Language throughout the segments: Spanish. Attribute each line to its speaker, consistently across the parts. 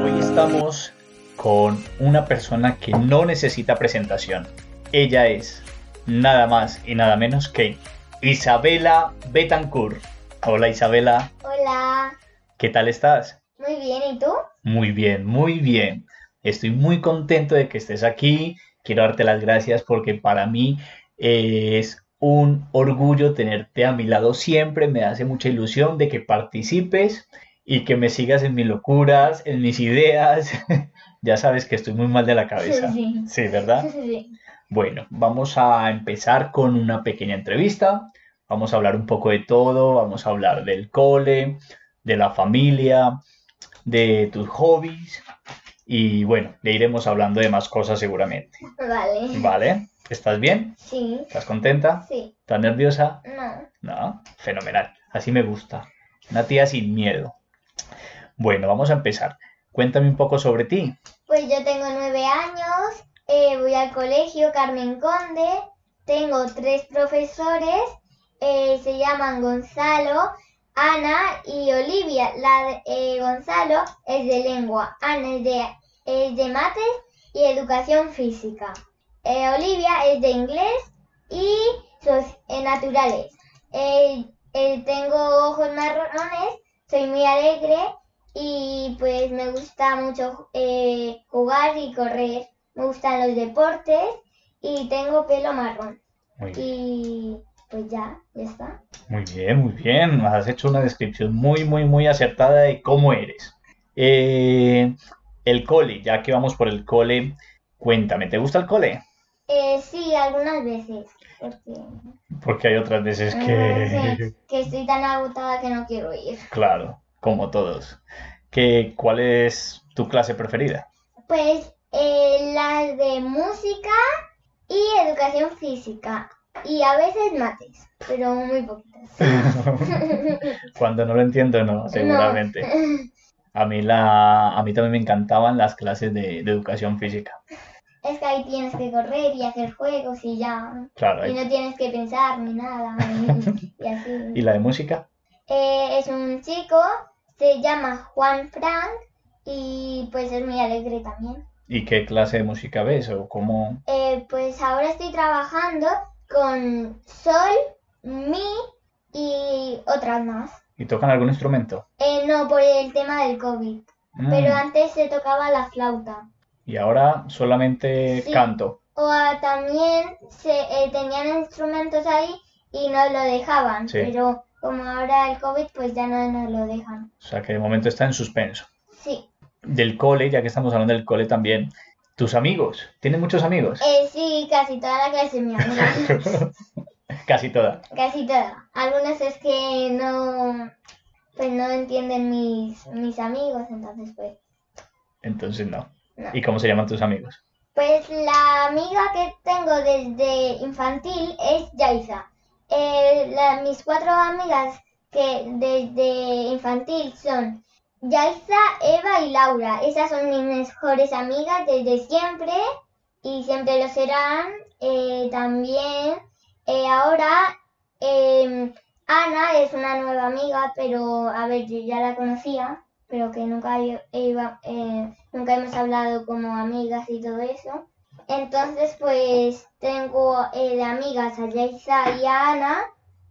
Speaker 1: contamos con una persona que no necesita presentación. Ella es nada más y nada menos que Isabela Betancourt. Hola Isabela,
Speaker 2: Hola,
Speaker 1: ¿qué tal estás?
Speaker 2: muy bien, ¿y tú?
Speaker 1: Muy bien, muy bien. Estoy muy contento de que estés aquí. Quiero darte las gracias porque para mí eh, es un orgullo tenerte a mi lado siempre. Me hace mucha ilusión de que participes y que me sigas en mis locuras, en mis ideas. Ya sabes que estoy muy mal de la cabeza.
Speaker 2: Sí, sí.
Speaker 1: Sí, ¿verdad?
Speaker 2: Sí, sí, sí.
Speaker 1: Bueno, vamos a empezar con una pequeña entrevista. Vamos a hablar un poco de todo, vamos a hablar del cole, de la familia, de tus hobbies y bueno, le iremos hablando de más cosas seguramente.
Speaker 2: Vale.
Speaker 1: ¿Vale? ¿Estás bien?
Speaker 2: Sí,
Speaker 1: ¿Estás contenta?
Speaker 2: sí,
Speaker 1: ¿Estás nerviosa?
Speaker 2: no.
Speaker 1: No, fenomenal. Así me gusta. Una tía sin miedo. Bueno, vamos a empezar. Cuéntame un poco sobre ti.
Speaker 2: Pues yo tengo nueve años, eh, voy al colegio Carmen Conde, tengo tres profesores, eh, se llaman Gonzalo, Ana y Olivia. La de- eh, Gonzalo es de lengua, Ana es de, es de mates y educación física. Eh, Olivia es de inglés y soci- eh, naturales. Eh, eh, tengo ojos marrones, soy muy alegre y pues me gusta mucho eh, jugar y correr. Me gustan los deportes y tengo pelo marrón.
Speaker 1: Muy bien.
Speaker 2: Y pues ya, ya está.
Speaker 1: Muy bien, muy bien. Nos has hecho una descripción muy, muy, muy acertada de cómo eres. Eh, el cole, ya que vamos por el cole, cuéntame, ¿te gusta el cole?
Speaker 2: Eh, sí, algunas veces. Porque
Speaker 1: Porque hay otras veces
Speaker 2: algunas
Speaker 1: que,
Speaker 2: veces que estoy tan agotada que no quiero ir.
Speaker 1: claro, como todos. Que, ¿cuál es tu clase preferida?
Speaker 2: Pues eh, las de música y educación física. Y a veces mates, pero muy poquitas.
Speaker 1: Cuando no lo entiendo, no, seguramente. A mí la, a mí también me encantaban las clases de, de educación física.
Speaker 2: Es que ahí tienes que correr y hacer juegos y ya.
Speaker 1: Claro,
Speaker 2: Y
Speaker 1: ahí-
Speaker 2: no tienes que pensar ni nada. Y, y así.
Speaker 1: ¿Y la de música?
Speaker 2: Eh, es un chico, se llama Juan Frank y pues es muy alegre también.
Speaker 1: ¿Y qué clase de música ves? ¿O cómo?
Speaker 2: Eh, pues ahora estoy trabajando con Sol, Mi y otras más.
Speaker 1: ¿Y tocan algún instrumento?
Speaker 2: Eh, no, por el tema del COVID. Pero
Speaker 1: Mm,
Speaker 2: antes se tocaba la flauta.
Speaker 1: y ahora solamente
Speaker 2: Sí.
Speaker 1: canto.
Speaker 2: O ah, también se eh, tenían instrumentos ahí y no lo dejaban.
Speaker 1: Sí.
Speaker 2: Pero como ahora el COVID, pues ya no nos lo dejan.
Speaker 1: O sea que de momento está en suspenso.
Speaker 2: Sí.
Speaker 1: Del cole, ya que estamos hablando del cole también. Tus amigos, ¿tienes muchos amigos?
Speaker 2: Eh, sí, casi toda la clase me amiga.
Speaker 1: Casi toda.
Speaker 2: Casi toda. Algunas es que no, pues no entienden mis, mis amigos, entonces pues
Speaker 1: Entonces no.
Speaker 2: no.
Speaker 1: ¿Y cómo se llaman tus amigos?
Speaker 2: Pues la amiga que tengo desde infantil es Yaisa. Eh, la- mis cuatro amigas que desde infantil son Yaisa, Eva y Laura. Esas son mis mejores amigas desde siempre y siempre lo serán. Eh, también eh, ahora eh, Ana es una nueva amiga, pero a ver, yo ya la conocía, pero que nunca, yo- iba- eh, nunca hemos hablado como amigas y todo eso. Entonces, pues tengo eh, de amigas a Yaisa y a Ana.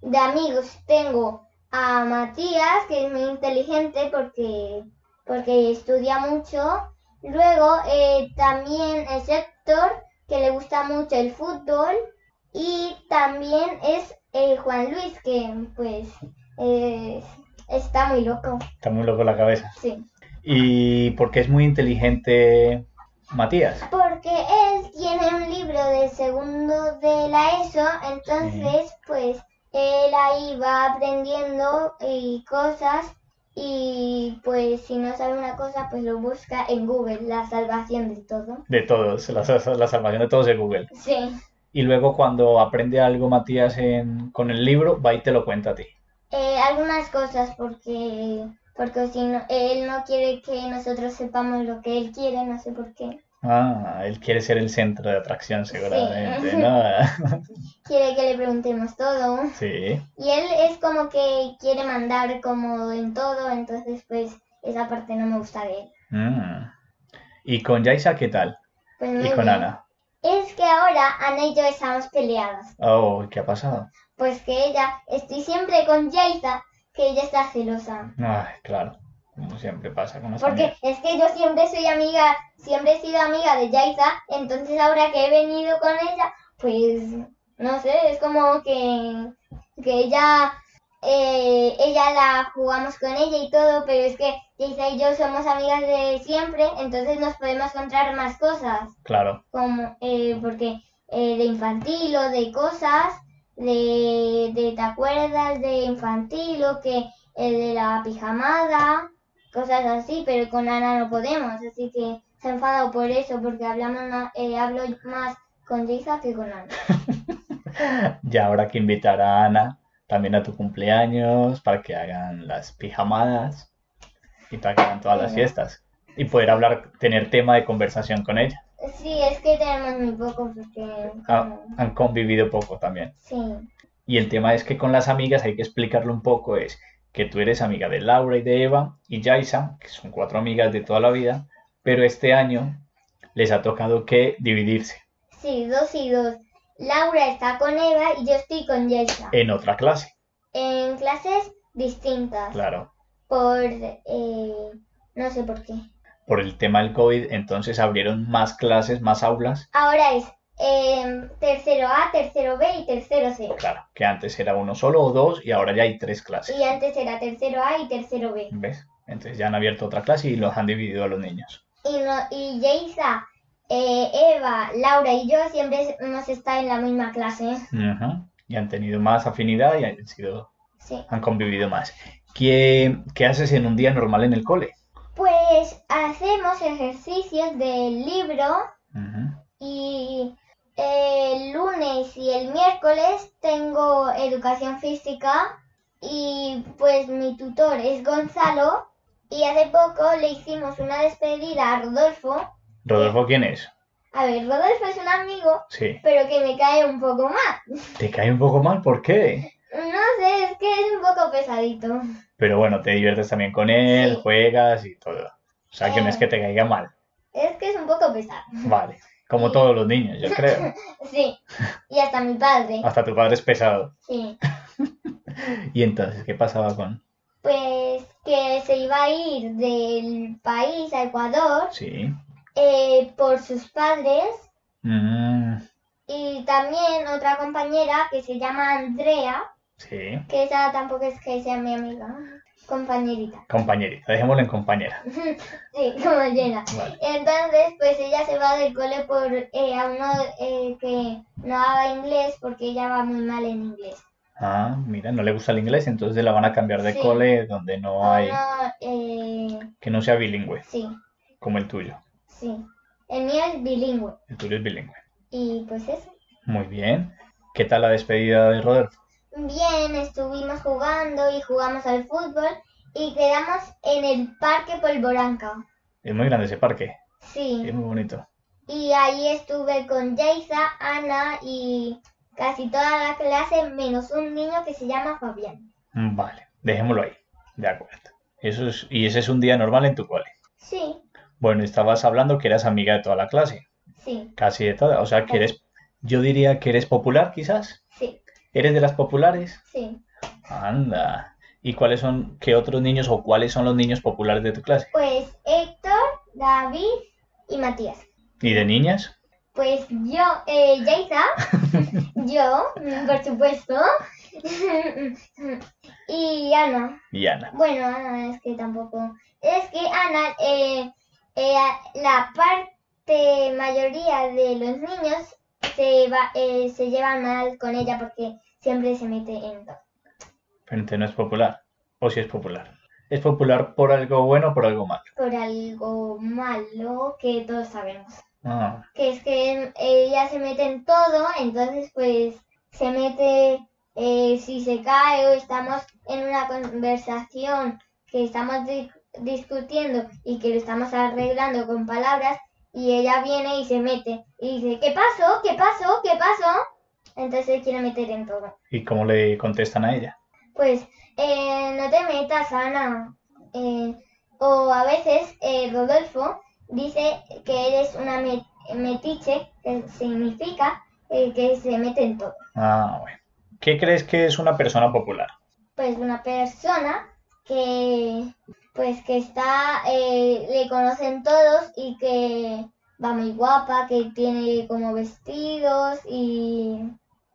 Speaker 2: De amigos tengo a Matías, que es muy inteligente porque, porque estudia mucho. Luego eh, también es Héctor, que le gusta mucho el fútbol. Y también es eh, Juan Luis, que pues eh, está muy loco.
Speaker 1: Está muy loco la cabeza.
Speaker 2: Sí.
Speaker 1: ¿Y por qué es muy inteligente Matías?
Speaker 2: Porque él tiene un libro de segundo de la ESO, entonces pues él ahí va aprendiendo y cosas y pues si no sabe una cosa pues lo busca en Google, la salvación de todo.
Speaker 1: De todos, la, sa- la salvación de todos es Google.
Speaker 2: Sí.
Speaker 1: Y luego cuando aprende algo Matías en- con el libro, va y te lo cuenta a ti.
Speaker 2: Eh, algunas cosas porque porque si no, él no quiere que nosotros sepamos lo que él quiere, no sé por qué.
Speaker 1: Ah, él quiere ser el centro de atracción seguramente,
Speaker 2: Sí.
Speaker 1: ¿no?
Speaker 2: Quiere que le preguntemos todo.
Speaker 1: Sí.
Speaker 2: Y él es como que quiere mandar como en todo, entonces pues esa parte no me gusta de él.
Speaker 1: Mm. ¿Y con Yaisa qué tal?
Speaker 2: Pues muy
Speaker 1: ¿Y con
Speaker 2: bien.
Speaker 1: Ana?
Speaker 2: Es que ahora Ana y yo estamos peleadas.
Speaker 1: Oh, ¿qué ha pasado?
Speaker 2: Pues que ella, estoy siempre con Yaisa, que ella está celosa.
Speaker 1: Ay, claro, como siempre pasa con las
Speaker 2: Porque
Speaker 1: amigas.
Speaker 2: es que yo siempre soy amiga, siempre he sido amiga de Yaisa, entonces ahora que he venido con ella, pues no sé, es como que, que ella, eh, ella la jugamos con ella y todo, pero es que Yaisa y yo somos amigas de siempre, entonces nos podemos contar más cosas,
Speaker 1: Claro,
Speaker 2: como eh, porque eh, de infantil o de cosas, de, de te acuerdas de infantil o que el de la pijamada, cosas así, pero con Ana no podemos, así que se ha enfadado por eso, porque hablamos ma- eh, hablo más con Lisa que con Ana.
Speaker 1: ya habrá que invitar a Ana también a tu cumpleaños para que hagan las pijamadas y para que hagan todas las
Speaker 2: Sí.
Speaker 1: fiestas y poder hablar, tener tema de conversación con ella.
Speaker 2: Sí, es que tenemos muy poco porque...
Speaker 1: Ha- han convivido poco también.
Speaker 2: Sí,
Speaker 1: Y el tema es que con las amigas hay que explicarlo un poco, es que tú eres amiga de Laura y de Eva y Jaisa, que son cuatro amigas de toda la vida, pero este año les ha tocado que dividirse
Speaker 2: sí, dos y dos. Laura está con Eva y yo estoy con Yelsa.
Speaker 1: en otra clase,
Speaker 2: En clases distintas.
Speaker 1: claro,
Speaker 2: Por... eh, no sé por qué.
Speaker 1: por el tema del COVID, entonces abrieron más clases, más aulas,
Speaker 2: Ahora es em, tercero A, tercero B y tercero C.
Speaker 1: claro, que antes era uno solo o dos y ahora ya hay tres clases,
Speaker 2: Y antes era tercero A y tercero B.
Speaker 1: ¿ves? Entonces ya han abierto otra clase y los han dividido a los niños.
Speaker 2: Y, no, y Yeisa, eh, Eva, Laura y yo siempre hemos estado en la misma clase.
Speaker 1: Ujú. Y han tenido más afinidad y han sido,
Speaker 2: Sí.
Speaker 1: han convivido más. ¿Qué, qué haces en un día normal en el cole?
Speaker 2: Pues hacemos ejercicios del libro
Speaker 1: Ujú.
Speaker 2: y eh, el lunes y el miércoles tengo educación física y pues mi tutor es Gonzalo y hace poco le hicimos una despedida a Rodolfo.
Speaker 1: ¿Rodolfo quién es?
Speaker 2: A ver, Rodolfo es un amigo,
Speaker 1: Sí.
Speaker 2: pero que me cae un poco más.
Speaker 1: Te cae un poco mal, ¿por qué?
Speaker 2: No sé, es que es un poco pesadito.
Speaker 1: Pero bueno, te diviertes también con él,
Speaker 2: Sí.
Speaker 1: juegas y todo. O sea, que no es que te caiga mal.
Speaker 2: Es que es un poco pesado.
Speaker 1: Vale. Como todos los niños, yo creo.
Speaker 2: Sí. Y hasta mi padre.
Speaker 1: Hasta tu padre es pesado.
Speaker 2: Sí.
Speaker 1: Y entonces, ¿qué pasaba con...?
Speaker 2: Pues que se iba a ir del país a Ecuador
Speaker 1: Sí.
Speaker 2: eh, por sus padres
Speaker 1: Mm,
Speaker 2: y también otra compañera que se llama Andrea,
Speaker 1: sí.
Speaker 2: que esa tampoco es que sea mi amiga, compañerita.
Speaker 1: Compañerita, dejémoslo en compañera.
Speaker 2: Sí, compañera.
Speaker 1: Vale.
Speaker 2: Entonces, pues ella se va del cole por eh, a uno eh, que no habla inglés porque ella va muy mal en inglés.
Speaker 1: Ah, mira, no le gusta el inglés, entonces la van a cambiar de
Speaker 2: Sí. Ah.
Speaker 1: cole donde no
Speaker 2: A
Speaker 1: hay...
Speaker 2: uno, eh,
Speaker 1: Que no sea bilingüe,
Speaker 2: sí,
Speaker 1: como el tuyo.
Speaker 2: sí. El mío es bilingüe.
Speaker 1: El tuyo es bilingüe.
Speaker 2: Y pues eso.
Speaker 1: Muy bien. ¿Qué tal la despedida de Rodolfo?
Speaker 2: Bien, estuvimos jugando y jugamos al fútbol y quedamos en el parque Polvoranca.
Speaker 1: Es muy grande ese parque. Es
Speaker 2: Sí.
Speaker 1: muy bonito.
Speaker 2: Y ahí estuve con Jaisa, Ana y casi toda la clase menos un niño que se llama Fabián.
Speaker 1: Mm, Vale, dejémoslo ahí. De acuerdo. Eso es, y ese es un día normal en tu cole.
Speaker 2: Sí,
Speaker 1: Bueno, estabas hablando que eras amiga de toda la clase,
Speaker 2: sí,
Speaker 1: casi de toda. O sea, que eres, yo diría que eres popular, quizás.
Speaker 2: sí,
Speaker 1: ¿Eres de las populares?
Speaker 2: sí.
Speaker 1: Anda. ¿Y cuáles son, qué otros niños o cuáles son los niños populares de tu clase?
Speaker 2: Pues Héctor, David y Matías.
Speaker 1: ¿Y de niñas?
Speaker 2: Pues yo, eh, Yaisa, yo, mm, por supuesto, y Ana.
Speaker 1: Y Ana.
Speaker 2: Bueno, Ana es que tampoco. Es que Ana, eh, eh, la parte mayoría de los niños se, va, eh, se llevan mal con ella porque siempre se mete en todo.
Speaker 1: Pero entonces no es popular. ¿O si es popular? ¿Es popular por algo bueno o por algo malo?
Speaker 2: Por algo malo que todos sabemos.
Speaker 1: Ah,
Speaker 2: que es que ella se mete en todo, entonces pues se mete eh, si se cae o estamos en una conversación que estamos di- discutiendo y que lo estamos arreglando con palabras y ella viene y se mete y dice, ¿qué pasó? ¿Qué pasó? ¿Qué pasó? Entonces se quiere meter en todo.
Speaker 1: ¿y cómo le contestan a ella?
Speaker 2: Pues eh, no te metas, Ana. Eh, o a veces eh, Rodolfo dice que eres una me- metiche, que significa eh, que se mete en todo.
Speaker 1: Ah, bueno. ¿Qué crees que es una persona popular?
Speaker 2: Pues una persona que pues que está, eh, le conocen todos y que va muy guapa, que tiene como vestidos y,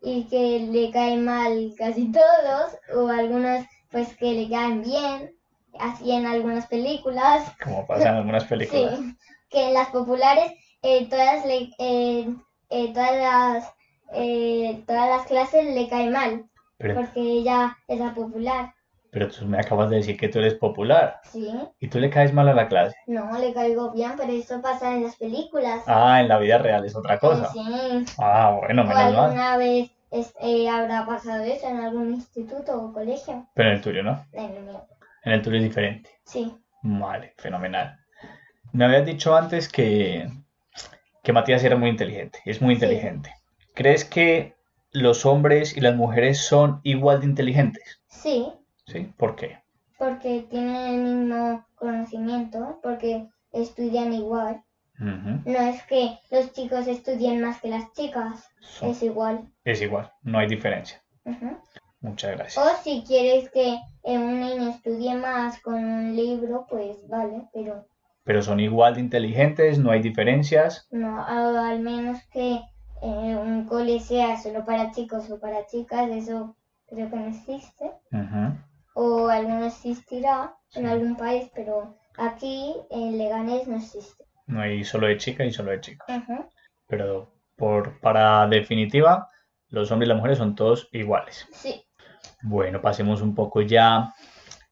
Speaker 2: y que le caen mal casi todos, o algunos pues que le caen bien, así en algunas películas.
Speaker 1: Como pasa en algunas películas.
Speaker 2: Sí, que en las populares eh, todas le, eh, eh, todas las eh, todas las clases le cae mal
Speaker 1: Pero,
Speaker 2: porque ella es la popular,
Speaker 1: pero tú me acabas de decir que tú eres popular
Speaker 2: sí.
Speaker 1: y tú le caes mal a la clase.
Speaker 2: No, le caigo bien, pero eso pasa en las películas.
Speaker 1: Ah, en la vida real es otra cosa.
Speaker 2: Sí.
Speaker 1: Ah, bueno,
Speaker 2: O
Speaker 1: menos mal.
Speaker 2: alguna vez es- eh, habrá pasado eso en algún instituto o colegio.
Speaker 1: Pero en el tuyo no.
Speaker 2: En el mío.
Speaker 1: En el tuyo es diferente.
Speaker 2: Sí.
Speaker 1: Vale, fenomenal. Me habías dicho antes que, que Matías era muy inteligente, es muy
Speaker 2: Sí.
Speaker 1: inteligente. ¿Crees que los hombres y las mujeres son igual de inteligentes?
Speaker 2: Sí,
Speaker 1: ¿Sí? ¿Por qué?
Speaker 2: porque tienen el mismo conocimiento, porque estudian igual.
Speaker 1: Ujú,
Speaker 2: No es que los chicos estudien más que las chicas,
Speaker 1: son-
Speaker 2: es igual.
Speaker 1: es igual, no hay diferencia.
Speaker 2: Ujú.
Speaker 1: Muchas gracias.
Speaker 2: O si quieres que eh, un niño estudie más con un libro, pues vale, pero
Speaker 1: Pero son igual de inteligentes, no hay diferencias.
Speaker 2: No, a- al menos que eh, un cole sea solo para chicos o para chicas, eso creo que no existe.
Speaker 1: Ujú,
Speaker 2: O alguno existirá en
Speaker 1: Sí.
Speaker 2: algún país, pero aquí en Leganés no existe.
Speaker 1: No hay solo de chica y solo de chico.
Speaker 2: Ujú.
Speaker 1: Pero por, para definitiva, los hombres y las mujeres son todos iguales.
Speaker 2: Sí,
Speaker 1: Bueno, pasemos un poco ya,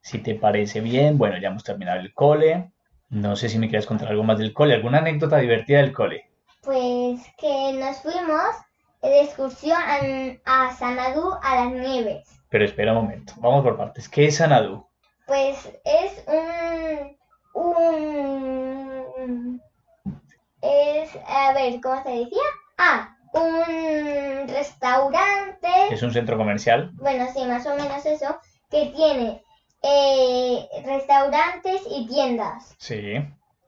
Speaker 1: si te parece bien. Bueno, ya hemos terminado el cole. No sé si me quieres contar algo más del cole, alguna anécdota divertida del cole.
Speaker 2: pues que nos fuimos de excursión a, a Sanadú a las nieves.
Speaker 1: Pero espera un momento, vamos por partes. ¿Qué es Sanadú?
Speaker 2: Pues es un, un, es, a ver, ¿cómo se decía? Ah, un restaurante,
Speaker 1: Es un centro comercial.
Speaker 2: bueno, sí, más o menos eso, que tiene eh, restaurantes y tiendas.
Speaker 1: Sí,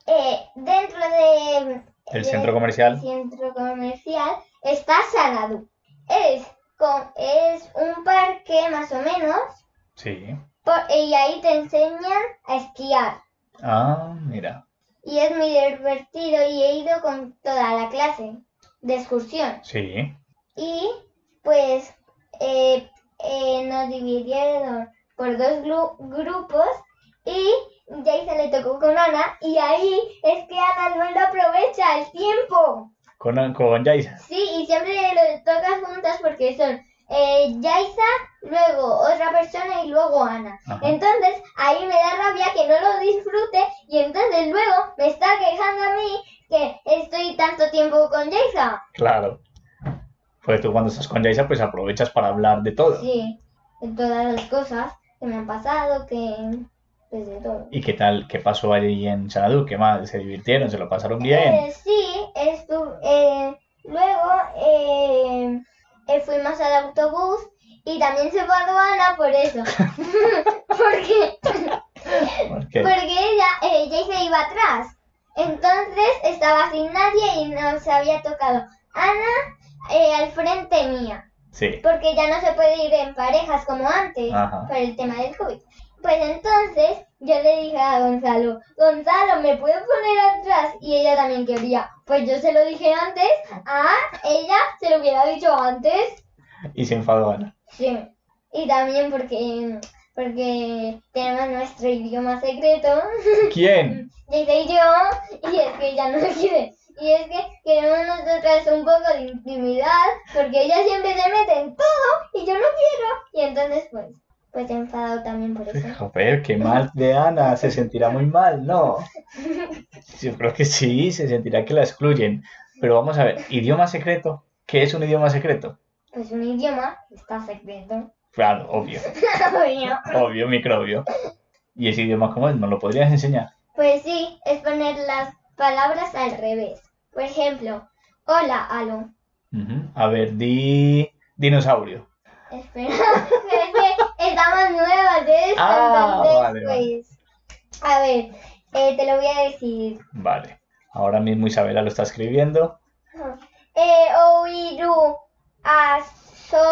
Speaker 2: Eh, dentro de,
Speaker 1: del
Speaker 2: de-
Speaker 1: centro
Speaker 2: del
Speaker 1: comercial.
Speaker 2: centro comercial está Sanadú. Es, con, es un parque más o menos,
Speaker 1: Sí.
Speaker 2: por- y ahí te enseñan a esquiar.
Speaker 1: Ah, mira.
Speaker 2: Y es muy divertido y he ido con toda la clase de excursión.
Speaker 1: Sí.
Speaker 2: Y pues eh, eh, nos dividieron por dos gru- grupos y Jason le tocó con Ana y ahí es que Ana no lo aprovecha el tiempo.
Speaker 1: Con, con Yaisa.
Speaker 2: Sí, y siempre lo tocan juntas porque son eh, Yaisa, luego otra persona y luego Ana.
Speaker 1: Ajá.
Speaker 2: Entonces, ahí me da rabia que no lo disfrute y entonces luego me está quejando a mí que estoy tanto tiempo con Jaisa.
Speaker 1: Claro. Pues tú cuando estás con Yaisa, pues aprovechas para hablar de todo.
Speaker 2: Sí, de todas las cosas que me han pasado, que... pues de todo.
Speaker 1: ¿Y qué tal? ¿Qué pasó allí en Sanadú? ¿Qué más? ¿Se divirtieron? ¿Se lo pasaron bien?
Speaker 2: Eh, sí, estu- eh, luego eh, eh, fuimos al autobús y también se fue a Ana por eso. Porque...
Speaker 1: ¿Por qué?
Speaker 2: Porque ella, eh, Jason iba atrás. Entonces estaba sin nadie y nos había tocado Ana eh, al frente mía.
Speaker 1: Sí.
Speaker 2: Porque ya no se puede ir en parejas como antes
Speaker 1: Ajá.
Speaker 2: por el tema del COVID. Pues entonces yo le dije a Gonzalo, Gonzalo, ¿me puedo poner atrás? Y ella también quería. Pues yo se lo dije antes a ella, se lo hubiera dicho antes.
Speaker 1: Y se enfadó Ana.
Speaker 2: Sí, y también porque, porque tenemos nuestro idioma secreto,
Speaker 1: ¿Quién?
Speaker 2: dice yo, y es que ella no lo quiere. Y es que queremos nosotras un poco de intimidad, porque ella siempre se mete en todo y yo no quiero. Y entonces, pues, pues se ha enfadado también por eso.
Speaker 1: Joder, qué mal de Ana, se sentirá muy mal, ¿no? Yo creo que sí, se sentirá que la excluyen. Pero vamos a ver, idioma secreto. ¿Qué es un idioma secreto?
Speaker 2: Pues un idioma está secreto.
Speaker 1: Claro, obvio, obvio, microbio. ¿Y ese idioma cómo es? ¿No lo podrías enseñar?
Speaker 2: Pues sí, es poner las palabras al revés. Por ejemplo, hola, Alo.
Speaker 1: Ujú. A ver, di dinosaurio.
Speaker 2: Espera, es que estamos nuevas, ¿eh?
Speaker 1: Ah,
Speaker 2: Entonces,
Speaker 1: vale, vale.
Speaker 2: pues, a ver, eh, te lo voy a decir.
Speaker 1: Vale. Ahora mismo Isabela lo está escribiendo.
Speaker 2: Eh, oiru a so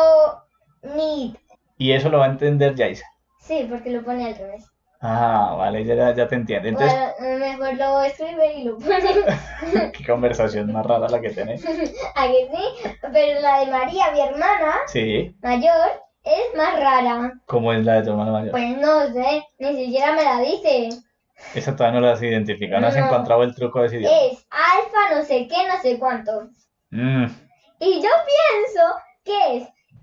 Speaker 2: need.
Speaker 1: Y eso lo va a entender Yaisa.
Speaker 2: Sí, porque lo pone al revés.
Speaker 1: Ah, vale, ya, ya te entiende. Entonces,
Speaker 2: Bueno, mejor lo escribe y lo pone.
Speaker 1: qué conversación más rara la que tenés.
Speaker 2: ¿A que sí? Pero la de María, mi hermana
Speaker 1: Sí,
Speaker 2: mayor, es más rara.
Speaker 1: ¿cómo es la de tu hermana mayor?
Speaker 2: Pues no sé, ni siquiera me la dice.
Speaker 1: Esa todavía no la has identificado, no has
Speaker 2: No.
Speaker 1: encontrado el truco de ese idioma.
Speaker 2: Es alfa no sé qué, no sé cuánto.
Speaker 1: Mm,
Speaker 2: Y yo pienso que es eh,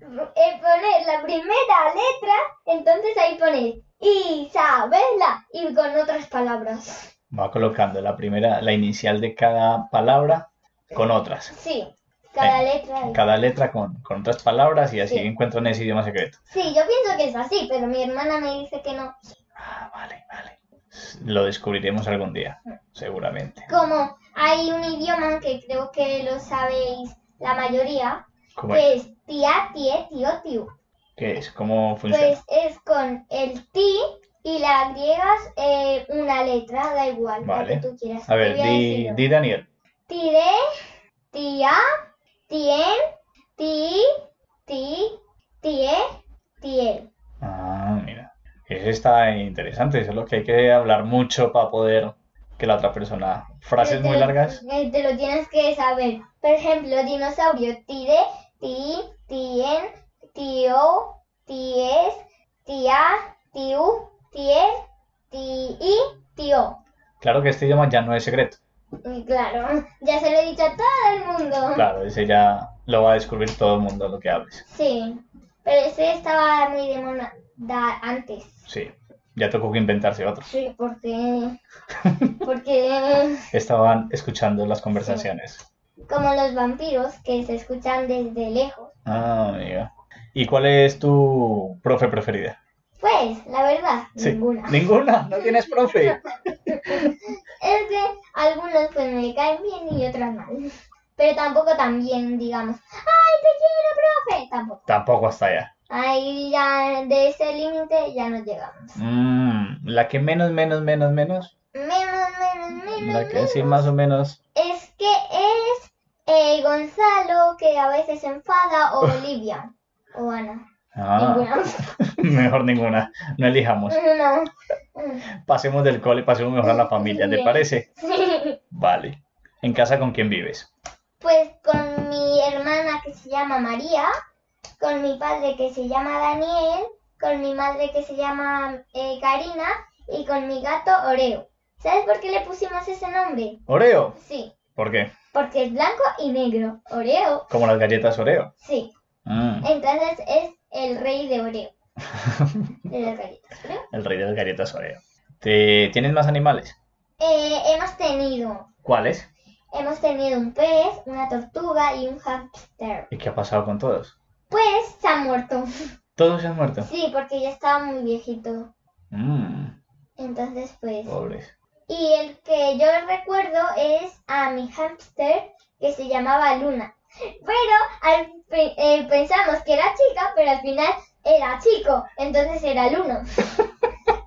Speaker 2: poner la primera letra, entonces ahí pones Isabela y con otras palabras.
Speaker 1: va colocando la primera, la inicial de cada palabra con otras.
Speaker 2: Sí, cada
Speaker 1: Eh,
Speaker 2: letra. ahí.
Speaker 1: Cada letra con, con otras palabras y así
Speaker 2: Sí.
Speaker 1: encuentran ese idioma secreto.
Speaker 2: Sí, yo pienso que es así, pero mi hermana me dice que no.
Speaker 1: Ah, vale, vale. Lo descubriremos algún día, seguramente.
Speaker 2: Como hay un idioma que creo que lo sabéis la mayoría,
Speaker 1: ¿Cómo
Speaker 2: que
Speaker 1: es?
Speaker 2: es tía, tie, tío, tío.
Speaker 1: ¿Qué es? ¿Cómo funciona?
Speaker 2: Pues es con el ti y le agregas eh, una letra, da igual,
Speaker 1: Vale.
Speaker 2: lo que tú quieras.
Speaker 1: A ver,
Speaker 2: Te voy
Speaker 1: di,
Speaker 2: decirlo.
Speaker 1: di Daniel.
Speaker 2: Tire, tía, tien, ti, ti, tie, tiel.
Speaker 1: Ah, mira. Ese está interesante. Eso es lo que hay que hablar mucho para poder que la otra persona. Frases
Speaker 2: Pero te
Speaker 1: muy
Speaker 2: lo-
Speaker 1: largas.
Speaker 2: eh, Te lo tienes que saber. Por ejemplo, dinosaurio, tire, ti, tien, tío, ties, tía, tiu, tie, ti y tío.
Speaker 1: Claro que este idioma ya no es secreto.
Speaker 2: Mm, Claro, ya se lo he dicho a todo el mundo.
Speaker 1: Claro, ese ya lo va a descubrir todo el mundo lo que hables.
Speaker 2: Sí, pero ese estaba muy de moda antes.
Speaker 1: Sí. Ya tocó que inventarse otro.
Speaker 2: Sí, porque... porque
Speaker 1: Estaban escuchando las conversaciones.
Speaker 2: como los vampiros que se escuchan desde lejos.
Speaker 1: Ah, amiga. ¿Y cuál es tu profe preferida?
Speaker 2: Pues, la verdad,
Speaker 1: Sí.
Speaker 2: ninguna.
Speaker 1: Ninguna. No tienes profe.
Speaker 2: Es que algunos pues me caen bien y otros mal. Pero tampoco tan bien, digamos. ¡Ay, te quiero, profe! Tampoco.
Speaker 1: Tampoco hasta allá.
Speaker 2: Ahí ya de ese límite ya no llegamos.
Speaker 1: Mm, la que menos, menos, menos, menos.
Speaker 2: Menos, menos, menos.
Speaker 1: La que sí, más o menos.
Speaker 2: Es que es eh, Gonzalo, que a veces se enfada, o Olivia, o Ana.
Speaker 1: Ah,
Speaker 2: Ninguna.
Speaker 1: mejor ninguna. No elijamos.
Speaker 2: No.
Speaker 1: Pasemos del cole, pasemos mejor a la familia, ¿te
Speaker 2: Bien.
Speaker 1: parece?
Speaker 2: Sí.
Speaker 1: Vale. ¿En casa con quién vives?
Speaker 2: Pues con mi hermana que se llama María, con mi padre que se llama Daniel, con mi madre que se llama eh, Karina y con mi gato Oreo. ¿Sabes por qué le pusimos ese nombre?
Speaker 1: Oreo.
Speaker 2: Sí,
Speaker 1: ¿Por qué?
Speaker 2: porque es blanco y negro. Oreo,
Speaker 1: Como las galletas Oreo.
Speaker 2: sí.
Speaker 1: Mm,
Speaker 2: Entonces es el rey de Oreo. De las galletas, creo.
Speaker 1: el rey de las galletas Oreo. ¿Te... ¿Tienes más animales?
Speaker 2: Eh, hemos tenido,
Speaker 1: ¿Cuáles?
Speaker 2: hemos tenido un pez, una tortuga y un hamster.
Speaker 1: ¿Y qué ha pasado con todos?
Speaker 2: Pues se ha muerto.
Speaker 1: Todos se han muerto.
Speaker 2: Sí, porque ya estaba muy viejito.
Speaker 1: Mm,
Speaker 2: Entonces, pues.
Speaker 1: pobres.
Speaker 2: Y el que yo recuerdo es a mi hamster que se llamaba Luna. Pero al pe- eh, pensamos que era chica, pero al final era chico, entonces era Luna.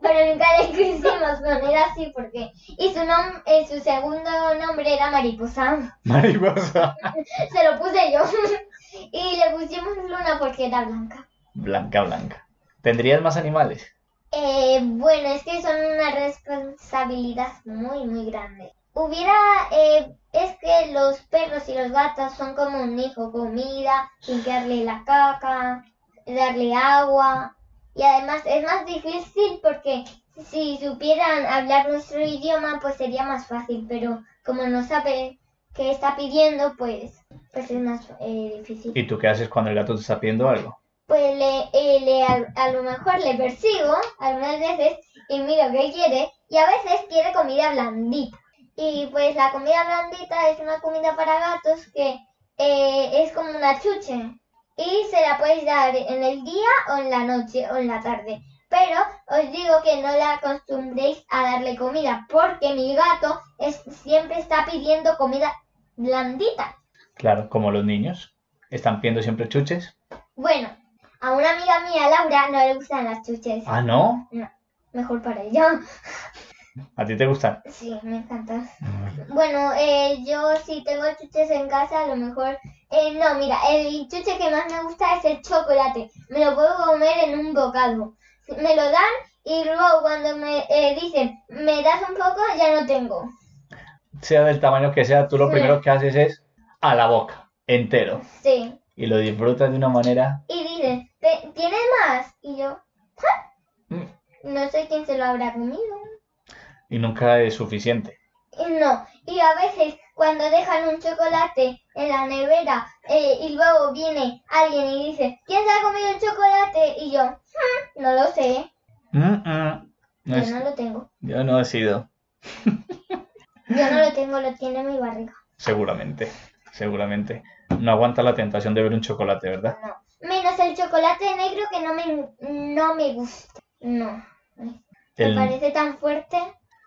Speaker 2: pero nunca le quisimos poner así porque. Y su, nom- eh, su segundo nombre era Mariposa.
Speaker 1: Mariposa.
Speaker 2: Se lo puse yo. y le pusimos luna porque era blanca.
Speaker 1: Blanca, blanca. ¿Tendrías más animales?
Speaker 2: Eh, bueno, es que son una responsabilidad muy, muy grande. Hubiera, eh, es que los perros y los gatos son como un hijo, comida, limpiarle la caca, darle agua. Y además es más difícil porque si supieran hablar nuestro idioma, pues sería más fácil, pero como no sabe qué está pidiendo, pues, pues es más eh, difícil.
Speaker 1: ¿Y tú qué haces cuando el gato te está pidiendo algo?
Speaker 2: Pues le, eh, le- a, a lo mejor le persigo algunas veces y miro qué quiere y a veces quiere comida blandita. Y pues la comida blandita es una comida para gatos que eh, es como una chuche y se la podéis dar en el día o en la noche o en la tarde. Pero os digo que no la acostumbréis a darle comida porque mi gato es- siempre está pidiendo comida blandita.
Speaker 1: Claro, como los niños. Están pidiendo siempre chuches.
Speaker 2: Bueno, a una amiga mía, Laura, no le gustan las chuches.
Speaker 1: Ah, no.
Speaker 2: Mejor para ella.
Speaker 1: ¿A ti te gustan?
Speaker 2: Sí, me encanta. Bueno, eh, yo si tengo chuches en casa, a lo mejor... eh, no, mira, el chuche que más me gusta es el chocolate. Me lo puedo comer en un bocado. Me lo dan y luego cuando me eh, dicen, me das un poco, ya no tengo.
Speaker 1: Sea del tamaño que sea, tú lo
Speaker 2: Sí.
Speaker 1: primero que haces es a la boca, entero.
Speaker 2: Sí.
Speaker 1: Y lo disfrutas de una manera.
Speaker 2: Y dicen, "Pe- ¿tienes más? Y yo, "Ja". no sé quién se lo habrá comido.
Speaker 1: Y nunca es suficiente.
Speaker 2: Y No, y a veces cuando dejan un chocolate en la nevera eh, y luego viene alguien y dice, ¿quién se ha comido el chocolate? Y yo, "Mm, no lo sé,
Speaker 1: Mm, mm. No
Speaker 2: yo
Speaker 1: es-
Speaker 2: no lo tengo.
Speaker 1: yo no he sido,
Speaker 2: Yo no lo tengo, lo tiene mi barriga.
Speaker 1: seguramente, seguramente. No aguanta la tentación de ver un chocolate, ¿verdad?
Speaker 2: No. Menos el chocolate negro que no me, no me gusta. No, me
Speaker 1: El-
Speaker 2: parece tan fuerte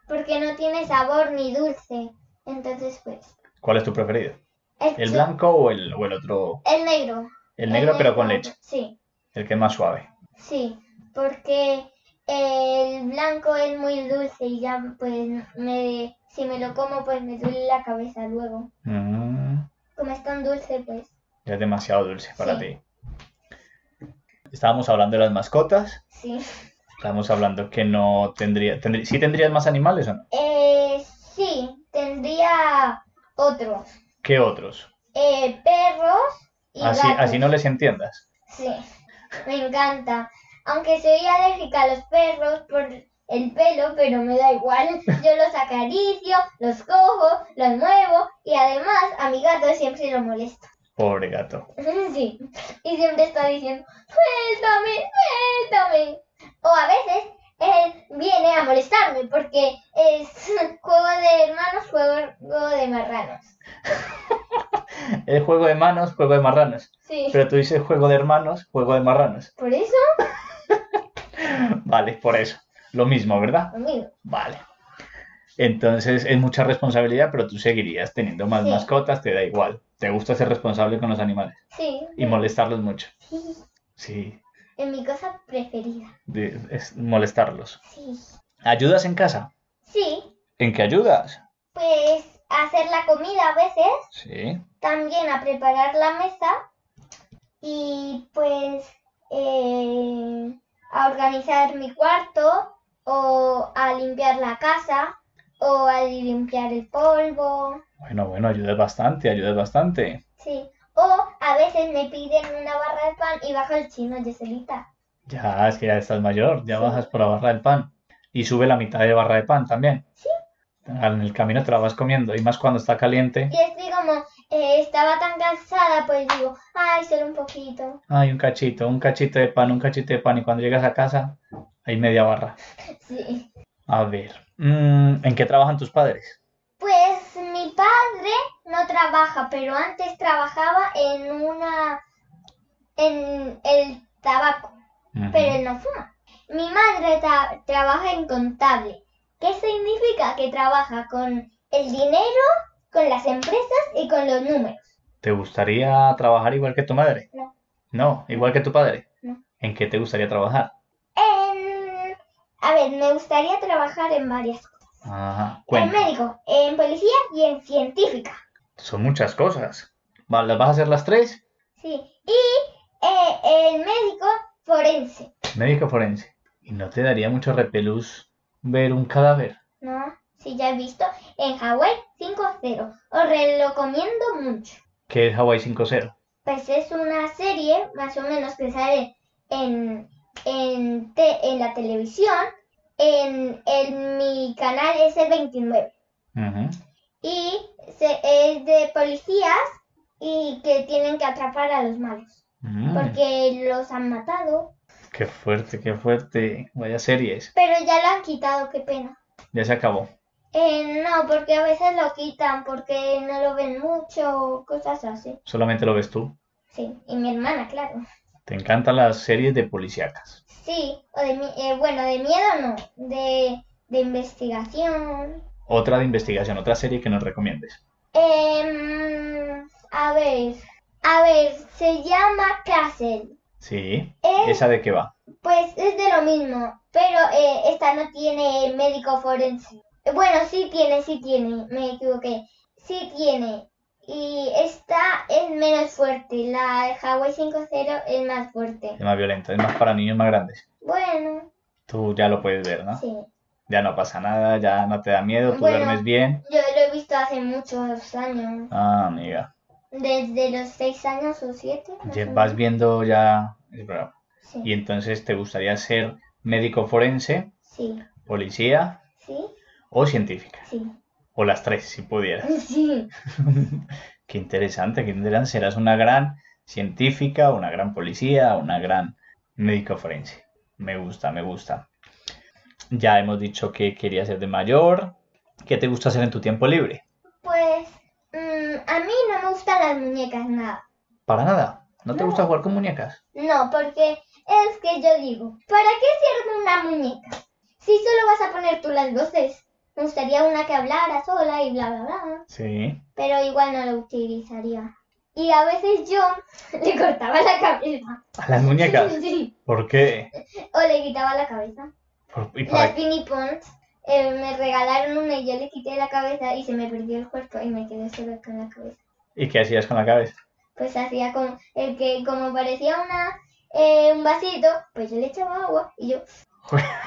Speaker 2: porque no tiene sabor ni dulce. Entonces, pues...
Speaker 1: ¿Cuál es tu preferido?
Speaker 2: El,
Speaker 1: ¿El
Speaker 2: cho-
Speaker 1: blanco o el, o el otro?
Speaker 2: El negro.
Speaker 1: El negro pero con leche,
Speaker 2: Sí,
Speaker 1: el que es más suave.
Speaker 2: sí, porque el blanco es muy dulce y ya pues me, si me lo como pues me duele la cabeza luego.
Speaker 1: Mm,
Speaker 2: Como es tan dulce pues.
Speaker 1: ya es demasiado dulce para
Speaker 2: Sí.
Speaker 1: ti. Estábamos hablando de las mascotas,
Speaker 2: Sí.
Speaker 1: estábamos hablando que no tendría, tendrí- ¿sí tendrías más animales o no?
Speaker 2: Eh, sí, tendría otros.
Speaker 1: ¿Qué otros?
Speaker 2: Eh, perros y
Speaker 1: Así,
Speaker 2: gatos.
Speaker 1: así ah, no les entiendas.
Speaker 2: Sí, me encanta. Aunque soy alérgica a los perros por el pelo, pero me da igual. Yo los acaricio, los cojo, los muevo y además a mi gato siempre lo molesta.
Speaker 1: Pobre gato.
Speaker 2: Sí, y siempre está diciendo, suéltame, suéltame. O a veces él viene a molestarme porque es juego de hermanos, juego, juego de marranos.
Speaker 1: Es juego de manos, juego de marranos.
Speaker 2: Sí,
Speaker 1: Pero tú dices juego de hermanos, juego de marranos.
Speaker 2: por eso,
Speaker 1: Vale, por eso. Lo mismo, ¿verdad?
Speaker 2: amigo.
Speaker 1: Vale. Entonces es mucha responsabilidad, pero tú seguirías teniendo más
Speaker 2: Sí.
Speaker 1: mascotas, te da igual. Te gusta ser responsable con los animales
Speaker 2: Sí,
Speaker 1: y molestarlos mucho. Sí,
Speaker 2: es mi cosa preferida.
Speaker 1: de- es molestarlos.
Speaker 2: Sí.
Speaker 1: ¿Ayudas en casa?
Speaker 2: Sí,
Speaker 1: ¿En qué ayudas?
Speaker 2: Pues hacer la comida a veces,
Speaker 1: Sí.
Speaker 2: también a preparar la mesa y pues eh, a organizar mi cuarto o a limpiar la casa o a limpiar el polvo,
Speaker 1: Bueno, bueno, ayudas bastante, ayudas bastante.
Speaker 2: sí. O a veces me piden una barra de pan y bajo el chino, Yeselita.
Speaker 1: Ya, es que ya estás mayor, ya
Speaker 2: Sí.
Speaker 1: bajas por la barra del pan. Y sube la mitad de barra de pan también.
Speaker 2: Sí.
Speaker 1: En el camino te la vas comiendo, y más cuando está caliente.
Speaker 2: Y estoy como, eh, estaba tan cansada, pues digo, ay, solo un poquito.
Speaker 1: Ay, un cachito, un cachito de pan, un cachito de pan. Y cuando llegas a casa, hay media barra.
Speaker 2: Sí.
Speaker 1: A ver, mm, ¿en qué trabajan tus padres?
Speaker 2: Pues mi padre no trabaja, pero antes trabajaba en una en el tabaco,
Speaker 1: Ujú.
Speaker 2: pero él no fuma. Mi madre ta- trabaja en contable. ¿Qué significa que trabaja con el dinero, con las empresas y con los números?
Speaker 1: ¿Te gustaría trabajar igual que tu madre?
Speaker 2: No.
Speaker 1: No, igual que tu padre.
Speaker 2: No.
Speaker 1: ¿En qué te gustaría trabajar?
Speaker 2: En- a ver, me gustaría trabajar en varias cosas.
Speaker 1: Ajá,
Speaker 2: En
Speaker 1: cuenta.
Speaker 2: médico, en policía y en científica.
Speaker 1: Son muchas cosas. Va, ¿Las vas a hacer las tres?
Speaker 2: Sí. Y eh, en médico forense.
Speaker 1: Médico forense. ¿Y no te daría mucho repelús ver un cadáver?
Speaker 2: No, si ya he visto. En Hawái 5-0. Os re- recomiendo mucho.
Speaker 1: ¿Qué es Hawaii 5.0?
Speaker 2: Pues es una serie, más o menos, que sale en, en, te- en la televisión. En, en mi canal es el 29.
Speaker 1: Ujú.
Speaker 2: Y se, es de policías y que tienen que atrapar a los malos.
Speaker 1: Mm,
Speaker 2: Porque los han matado.
Speaker 1: qué fuerte, qué fuerte. Vaya series.
Speaker 2: Pero ya lo han quitado, qué pena.
Speaker 1: Ya se acabó.
Speaker 2: Eh, no, porque a veces lo quitan porque no lo ven mucho, cosas así.
Speaker 1: Solamente lo ves tú.
Speaker 2: Sí, y mi hermana, claro.
Speaker 1: Te encantan las series de policíacas.
Speaker 2: Sí, o de mi- eh, bueno, de miedo no, de, de investigación.
Speaker 1: Otra de investigación, otra serie que nos recomiendes.
Speaker 2: Em, a ver, a ver, se llama Castle.
Speaker 1: Sí.
Speaker 2: Es,
Speaker 1: ¿Esa de qué va?
Speaker 2: pues es de lo mismo, pero eh, esta no tiene médico forense. Bueno, sí tiene, sí tiene, me equivoqué. Sí tiene. Y esta es menos fuerte, la Hawaii 5.0 es más fuerte.
Speaker 1: Es más violento, es más para niños más grandes.
Speaker 2: Bueno,
Speaker 1: Tú ya lo puedes ver, ¿no?
Speaker 2: sí.
Speaker 1: Ya no pasa nada, ya no te da miedo, tú
Speaker 2: Bueno.
Speaker 1: duermes bien.
Speaker 2: Yo lo he visto hace muchos años,
Speaker 1: Ah, amiga.
Speaker 2: desde los 6 años o 7.
Speaker 1: Ya Vas viendo ya. el programa.
Speaker 2: Sí,
Speaker 1: Y entonces te gustaría ser médico forense,
Speaker 2: sí,
Speaker 1: policía
Speaker 2: sí,
Speaker 1: o científica.
Speaker 2: sí,
Speaker 1: O las tres, si pudieras.
Speaker 2: sí.
Speaker 1: Qué interesante, qué interesante. Serás una gran científica, una gran policía, una gran médico forense. Me gusta, me gusta. Ya hemos dicho que querías ser de mayor. ¿Qué te gusta hacer en tu tiempo libre?
Speaker 2: Pues mm, a mí no me gustan las muñecas nada.
Speaker 1: Para nada. ¿No te
Speaker 2: No.
Speaker 1: gusta jugar con muñecas?
Speaker 2: No, porque es que yo digo, ¿para qué sirve una muñeca? Si solo vas a poner tú las voces. Me gustaría una que hablara sola y bla, bla, bla.
Speaker 1: Sí.
Speaker 2: Pero igual no la utilizaría. Y a veces yo le cortaba la cabeza.
Speaker 1: ¿A las muñecas?
Speaker 2: Sí,
Speaker 1: ¿Por qué?
Speaker 2: O le quitaba la cabeza.
Speaker 1: ¿Por- ¿Y para
Speaker 2: Las
Speaker 1: qué?
Speaker 2: Pinny Pons eh, me regalaron una y yo le quité la cabeza y se me perdió el cuerpo y me quedé solo con la cabeza.
Speaker 1: ¿Y qué hacías con la cabeza?
Speaker 2: pues hacía como el que como parecía una eh, un vasito, pues yo le echaba agua y yo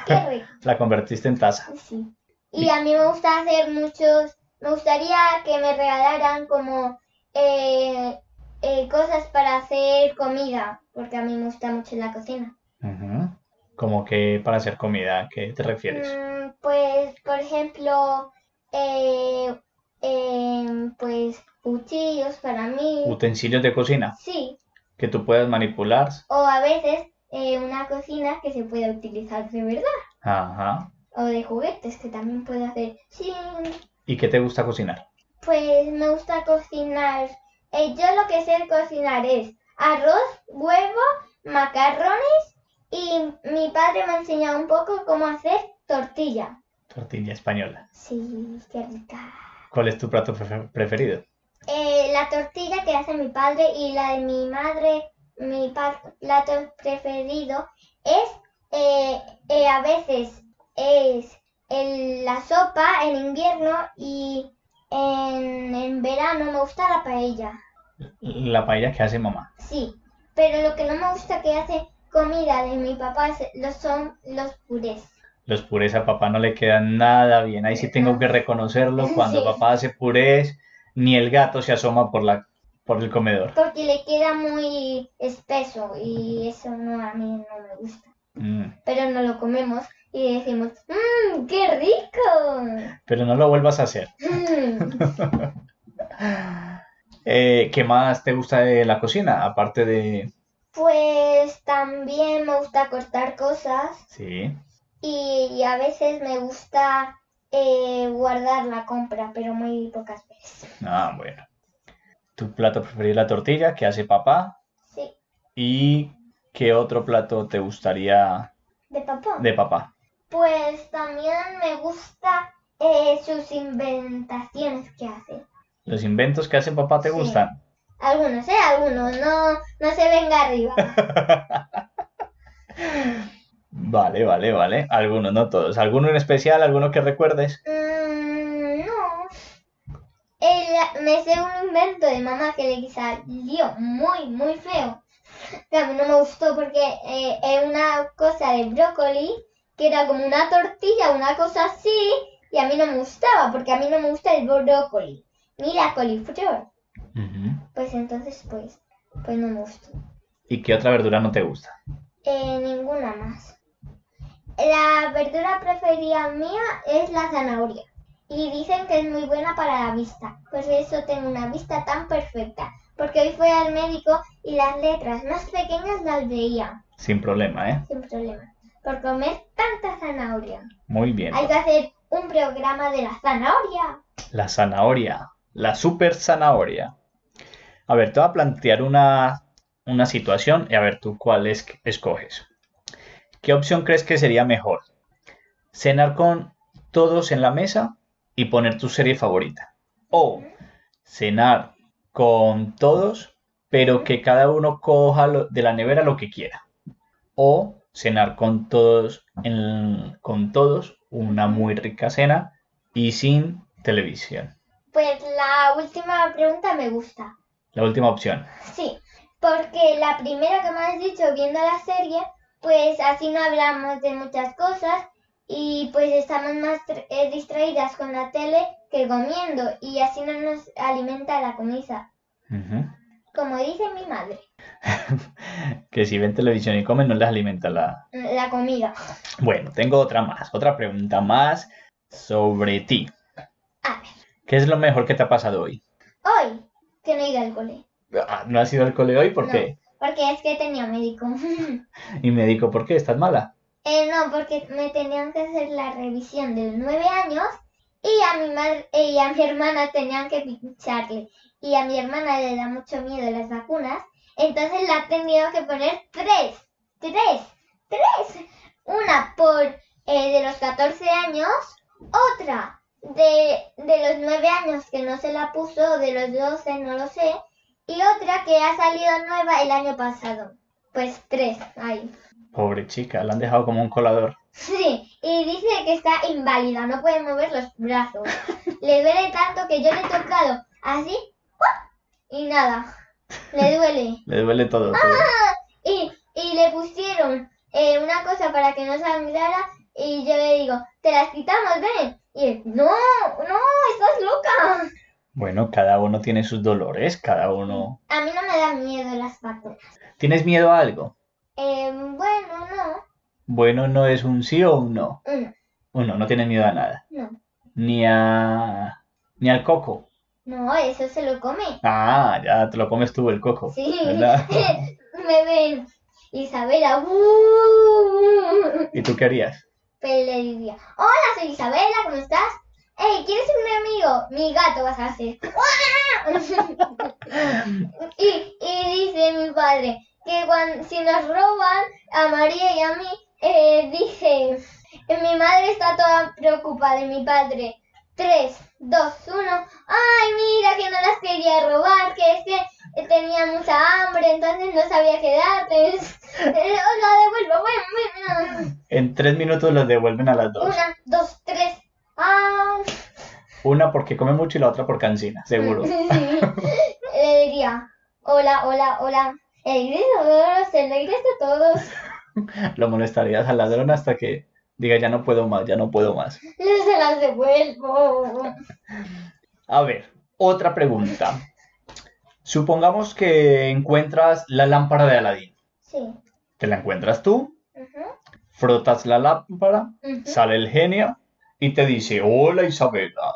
Speaker 2: qué rico,
Speaker 1: La convertiste en taza.
Speaker 2: sí. Y a mí me gusta hacer muchos, me gustaría que me regalaran como eh, eh, cosas para hacer comida, porque a mí me gusta mucho la cocina.
Speaker 1: Ujú. Como que para hacer comida, ¿a qué te refieres?
Speaker 2: Mm, pues por ejemplo, eh, eh, pues cuchillos para mí,
Speaker 1: Utensilios de cocina
Speaker 2: sí.
Speaker 1: que tú puedas manipular.
Speaker 2: O a veces eh, una cocina que se puede utilizar de verdad.
Speaker 1: Ajá.
Speaker 2: O de juguetes que también puedo hacer. Sí,
Speaker 1: ¿Y qué te gusta cocinar?
Speaker 2: pues me gusta cocinar. Eh, yo lo que sé cocinar es arroz, huevo, macarrones y mi padre me ha enseñado un poco cómo hacer tortilla.
Speaker 1: Tortilla española.
Speaker 2: Sí, qué rica.
Speaker 1: ¿Cuál es tu plato prefe- preferido?
Speaker 2: Eh, la tortilla que hace mi padre y la de mi madre, mi pa- plato preferido es, eh, eh, a veces es el- la sopa en invierno y en, en verano me gusta la paella,
Speaker 1: La paella que hace mamá.
Speaker 2: sí, pero lo que no me gusta que hace comida de mi papá es- lo son los purés.
Speaker 1: Los purés a papá no le quedan nada bien. Ahí sí tengo que reconocerlo. Cuando
Speaker 2: Sí.
Speaker 1: papá hace purés, ni el gato se asoma por la, por el comedor.
Speaker 2: Porque le queda muy espeso y eso no a mí no me gusta.
Speaker 1: Mm.
Speaker 2: pero no lo comemos y decimos, ¡mmm, qué rico!
Speaker 1: Pero no lo vuelvas a hacer.
Speaker 2: Mm,
Speaker 1: Eh, ¿qué más te gusta de la cocina? Aparte de...
Speaker 2: Pues también me gusta cortar cosas
Speaker 1: Sí.
Speaker 2: y, y a veces me gusta eh, guardar la compra, pero muy pocas veces.
Speaker 1: Ah, bueno. Tu plato preferido es la tortilla que hace papá.
Speaker 2: Sí,
Speaker 1: ¿Y qué otro plato te gustaría
Speaker 2: de papá.
Speaker 1: de papá?
Speaker 2: Pues también me gusta eh, sus inventaciones que hace.
Speaker 1: ¿Los inventos que hace papá te
Speaker 2: Sí.
Speaker 1: gustan?
Speaker 2: Algunos, ¿eh? Algunos, no, no se venga arriba.
Speaker 1: Vale, vale, vale. Algunos, no todos. ¿Alguno en especial? ¿Alguno que recuerdes?
Speaker 2: Mm, no. El- me sé un invento de mamá que le salió muy, muy feo. Que a mí no me gustó porque eh, es una cosa de brócoli que era como una tortilla, una cosa así, y a mí no me gustaba porque a mí no me gusta el brócoli ni la coliflor.
Speaker 1: Ujú.
Speaker 2: Pues entonces, pues, pues no me gustó.
Speaker 1: ¿Y qué otra verdura no te gusta?
Speaker 2: Eh, ninguna más. La verdura preferida mía es la zanahoria. Y dicen que es muy buena para la vista. Pues eso tengo una vista tan perfecta. Porque hoy fui al médico y las letras más pequeñas las veía.
Speaker 1: Sin problema, ¿eh?
Speaker 2: Sin problema. Por comer tanta zanahoria.
Speaker 1: Muy bien.
Speaker 2: Hay que hacer un programa de la zanahoria.
Speaker 1: La zanahoria, la super zanahoria. A ver, te voy a plantear una, una situación y a ver tú cuál es, escoges. ¿Qué opción crees que sería mejor? ¿Cenar con todos en la mesa y poner tu serie favorita? ¿O cenar con todos, pero que cada uno coja lo- de la nevera lo que quiera? ¿O cenar con todos, en- con todos, una muy rica cena y sin televisión.
Speaker 2: Pues la última pregunta me gusta.
Speaker 1: La última opción.
Speaker 2: Sí, porque la primera que me has dicho viendo la serie, pues así no hablamos de muchas cosas y pues estamos más tr- eh, distraídas con la tele que comiendo y así no nos alimenta la comida,
Speaker 1: Ujú.
Speaker 2: como dice mi madre,
Speaker 1: Que si ven televisión y comen, no les alimenta la...
Speaker 2: la comida.
Speaker 1: Bueno, tengo otra más, otra pregunta más sobre ti.
Speaker 2: A ver,
Speaker 1: ¿Qué es lo mejor que te ha pasado hoy?
Speaker 2: hoy que no iba al cole,
Speaker 1: Ah, ¿No has ido al cole hoy? ¿Por
Speaker 2: No.
Speaker 1: qué?
Speaker 2: porque es que tenía médico.
Speaker 1: Y me dijo, ¿por qué? ¿Estás mala?
Speaker 2: Eh, no, porque me tenían que hacer la revisión de los nueve años y a mi madre eh, y a mi hermana tenían que pincharle. Y a mi hermana le da mucho miedo las vacunas, entonces le ha tenido que poner tres, tres, tres. Una por eh, de los 14 años, otra de, de los nueve años que no se la puso, de los 12, no lo sé, y otra que ha salido nueva el año pasado. Pues tres, ahí.
Speaker 1: Pobre chica, la han dejado como un colador.
Speaker 2: Sí, y dice que está inválida, no puede mover los brazos. Le duele tanto que yo le he tocado así ¡guau! y nada, le duele.
Speaker 1: Le duele todo. todo.
Speaker 2: Ah. Y, y le pusieron eh, una cosa para que no sangrara y yo le digo, te las quitamos, ven. Y él, no, no, estás loca.
Speaker 1: Bueno, cada uno tiene sus dolores, cada uno...
Speaker 2: A mí no me da miedo las vacunas.
Speaker 1: ¿Tienes miedo a algo?
Speaker 2: Eh, bueno, no,
Speaker 1: Bueno, no es un sí o un no.
Speaker 2: mm,
Speaker 1: Uno no tiene miedo a nada.
Speaker 2: no,
Speaker 1: Ni a... Ni al coco.
Speaker 2: no, eso se lo come.
Speaker 1: Ah, ya te lo comes tú el coco.
Speaker 2: Sí,
Speaker 1: ¿Verdad?
Speaker 2: me ven. Isabela, ¡uh!
Speaker 1: ¿Y tú qué harías?
Speaker 2: Pero le diría, hola, soy Isabela, ¿cómo estás? Hey, ¿quieres un amigo? Mi gato vas a hacer. y, y dice mi padre que cuando, si nos roban a María y a mí, eh, dice, mi madre está toda preocupada y mi padre, 3, 2, 1, ay, mira que no las quería robar, que es que tenía mucha hambre, entonces no sabía qué darles. Eh, Os la devuelvo, bueno, bueno.
Speaker 1: En tres minutos los devuelven a las dos.
Speaker 2: Una, dos, tres. ¡Ah!
Speaker 1: Una porque come mucho y la otra por cansina, seguro.
Speaker 2: Le diría, hola, hola, hola. El gris de todos, el gris de todos.
Speaker 1: Lo molestarías al ladrón hasta que diga ya no puedo más, ya no puedo más.
Speaker 2: Les se las devuelvo.
Speaker 1: A ver, otra pregunta. Supongamos que encuentras la lámpara de Aladín.
Speaker 2: Sí.
Speaker 1: Te la encuentras tú,
Speaker 2: Ujú,
Speaker 1: frotas la lámpara,
Speaker 2: ujú.
Speaker 1: sale el genio y te dice, hola Isabela,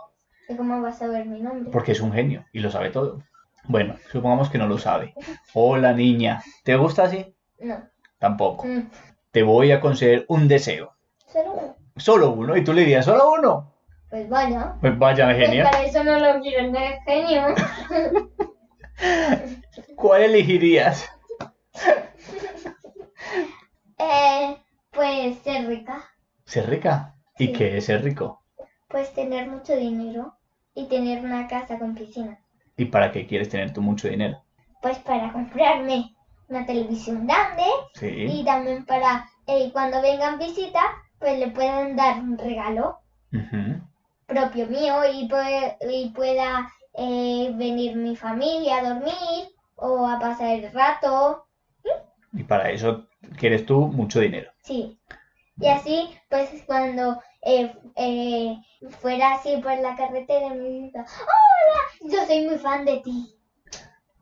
Speaker 2: ¿Y cómo vas a ver mi nombre?
Speaker 1: porque es un genio y lo sabe todo. Bueno, supongamos que no lo sabe. Hola niña, ¿te gusta así?
Speaker 2: No.
Speaker 1: Tampoco.
Speaker 2: Mm,
Speaker 1: Te voy a conceder un deseo.
Speaker 2: Solo uno.
Speaker 1: Solo uno, y tú le dirías, solo uno.
Speaker 2: Pues bueno.
Speaker 1: Pues vaya
Speaker 2: Pues
Speaker 1: genio.
Speaker 2: para eso no lo quiero, no es genio.
Speaker 1: ¿Cuál elegirías?
Speaker 2: Eh, pues ser rica.
Speaker 1: Ser rica. ¿Y
Speaker 2: Sí.
Speaker 1: qué es ser rico?
Speaker 2: Pues tener mucho dinero y tener una casa con piscina.
Speaker 1: ¿Y para qué quieres tener tú mucho dinero?
Speaker 2: Pues para comprarme una televisión grande.
Speaker 1: Sí.
Speaker 2: Y también para eh, cuando vengan visitas, pues le puedan dar un regalo
Speaker 1: Ujú.
Speaker 2: propio mío y, pue- y pueda eh, venir mi familia a dormir o a pasar el rato.
Speaker 1: Y para eso quieres tú mucho dinero.
Speaker 2: Sí. Y así, pues cuando eh, eh, fuera así por la carretera, me diga, ¡Hola! Yo soy muy fan de ti.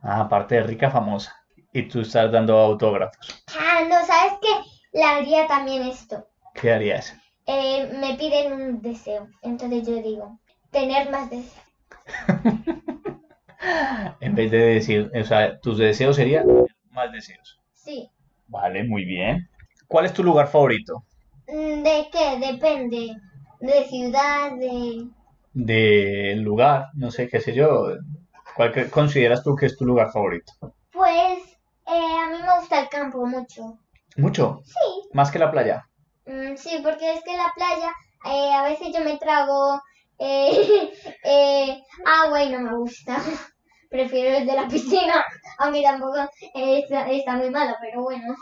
Speaker 1: Ah, aparte de rica, famosa. Y tú estás dando autógrafos.
Speaker 2: Ah, no, ¿sabes qué? Le haría también esto.
Speaker 1: ¿Qué harías?
Speaker 2: Eh, me piden un deseo. Entonces yo digo, tener más deseos.
Speaker 1: En vez de decir, o sea, tus deseos serían más deseos.
Speaker 2: Sí.
Speaker 1: Vale, muy bien. ¿Cuál es tu lugar favorito?
Speaker 2: Mm, ¿De qué? Depende. De ciudad, de...
Speaker 1: Del lugar, no sé, qué sé yo. ¿Cuál que- consideras tú que es tu lugar favorito?
Speaker 2: Pues eh, a mí me gusta el campo mucho.
Speaker 1: Mucho.
Speaker 2: Sí.
Speaker 1: Más que la playa.
Speaker 2: Mm, sí, porque es que en la playa eh, a veces yo me trago eh, eh, agua y no me gusta. Prefiero el de la piscina, aunque tampoco eh, está, está muy malo, pero bueno.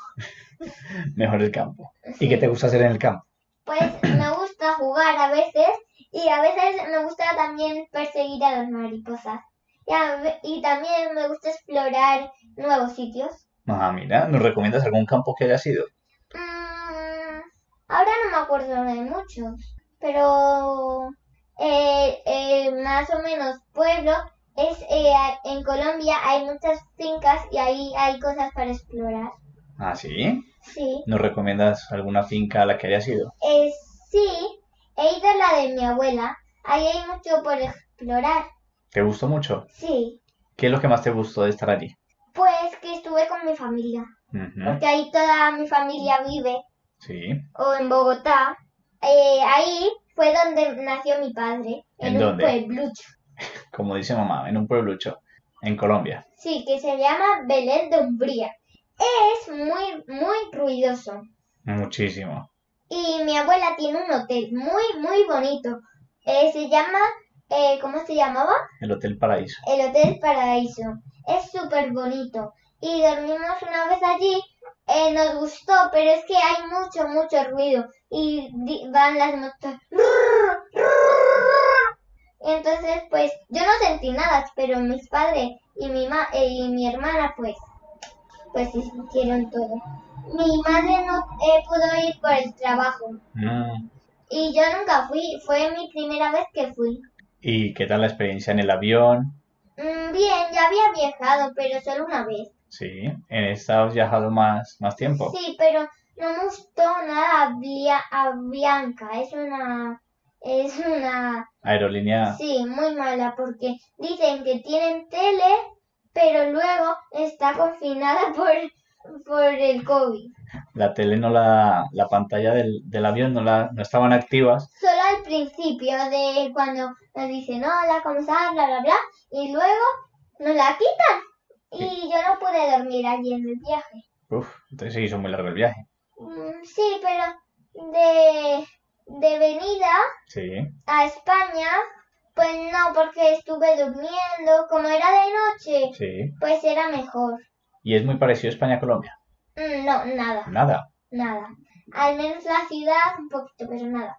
Speaker 1: Mejor el campo. ¿Y qué te gusta hacer en el campo?
Speaker 2: Pues me gusta jugar a veces y a veces me gusta también perseguir a las mariposas. Y, a ve- y también me gusta explorar nuevos sitios.
Speaker 1: Ah, mira, ¿nos recomiendas algún campo que hayas ido?
Speaker 2: Mm, ahora no me acuerdo de muchos, pero eh, eh, más o menos pueblo es eh, a- en Colombia hay muchas fincas y ahí hay cosas para explorar.
Speaker 1: Ah, sí.
Speaker 2: Sí.
Speaker 1: ¿Nos recomiendas alguna finca a la que hayas ido?
Speaker 2: Eh, sí, he ido a la de mi abuela. Ahí hay mucho por explorar.
Speaker 1: ¿Te gustó mucho?
Speaker 2: Sí,
Speaker 1: ¿Qué es lo que más te gustó de estar allí?
Speaker 2: pues que estuve con mi familia.
Speaker 1: Ujú,
Speaker 2: Porque ahí toda mi familia vive.
Speaker 1: Sí.
Speaker 2: O en Bogotá. Eh, ahí fue donde nació mi padre. En,
Speaker 1: ¿En
Speaker 2: un
Speaker 1: dónde?
Speaker 2: pueblucho.
Speaker 1: Como dice mamá, en un pueblucho, en Colombia.
Speaker 2: Sí, que se llama Belén de Umbría. Es muy, muy ruidoso.
Speaker 1: Muchísimo.
Speaker 2: Y mi abuela tiene un hotel muy, muy bonito. Eh, se llama, eh, ¿cómo se llamaba?
Speaker 1: El Hotel Paraíso.
Speaker 2: el Hotel Paraíso. Es súper bonito. Y dormimos una vez allí. eh, nos gustó, pero es que hay mucho, mucho ruido. Y di- van las motos. Entonces, pues yo no sentí nada, pero mis padres y mi, ma- eh, y mi hermana, pues, pues sí sintieron todo. Mi madre no eh, pudo ir por el trabajo.
Speaker 1: Mm,
Speaker 2: Y yo nunca fui, fue mi primera vez que fui.
Speaker 1: ¿Y qué tal la experiencia en el avión?
Speaker 2: Mm, Bien, ya había viajado, pero solo una vez.
Speaker 1: Sí. ¿En Estados has viajado más, más tiempo?
Speaker 2: Sí, pero no me gustó nada a, Bia- a Bianca. Es una. Es una.
Speaker 1: Aerolínea.
Speaker 2: Sí, muy mala, porque dicen que tienen tele, pero luego está confinada por, por el COVID.
Speaker 1: La tele no la, la pantalla del, del avión no la, no estaban activas.
Speaker 2: Solo al principio de cuando nos dicen hola, ¿cómo estás? Bla, bla, bla. Y luego nos la quitan. Y yo no pude dormir allí en el viaje.
Speaker 1: Uf, entonces se hizo muy largo el viaje.
Speaker 2: Mm, Sí, pero de, de venida
Speaker 1: Sí.
Speaker 2: a España, pues no, porque estuve durmiendo. Como era de noche,
Speaker 1: Sí.
Speaker 2: pues era mejor.
Speaker 1: Y es muy parecido España a Colombia.
Speaker 2: Mm, No, nada,
Speaker 1: Nada.
Speaker 2: nada. Al menos la ciudad, un poquito, pero nada.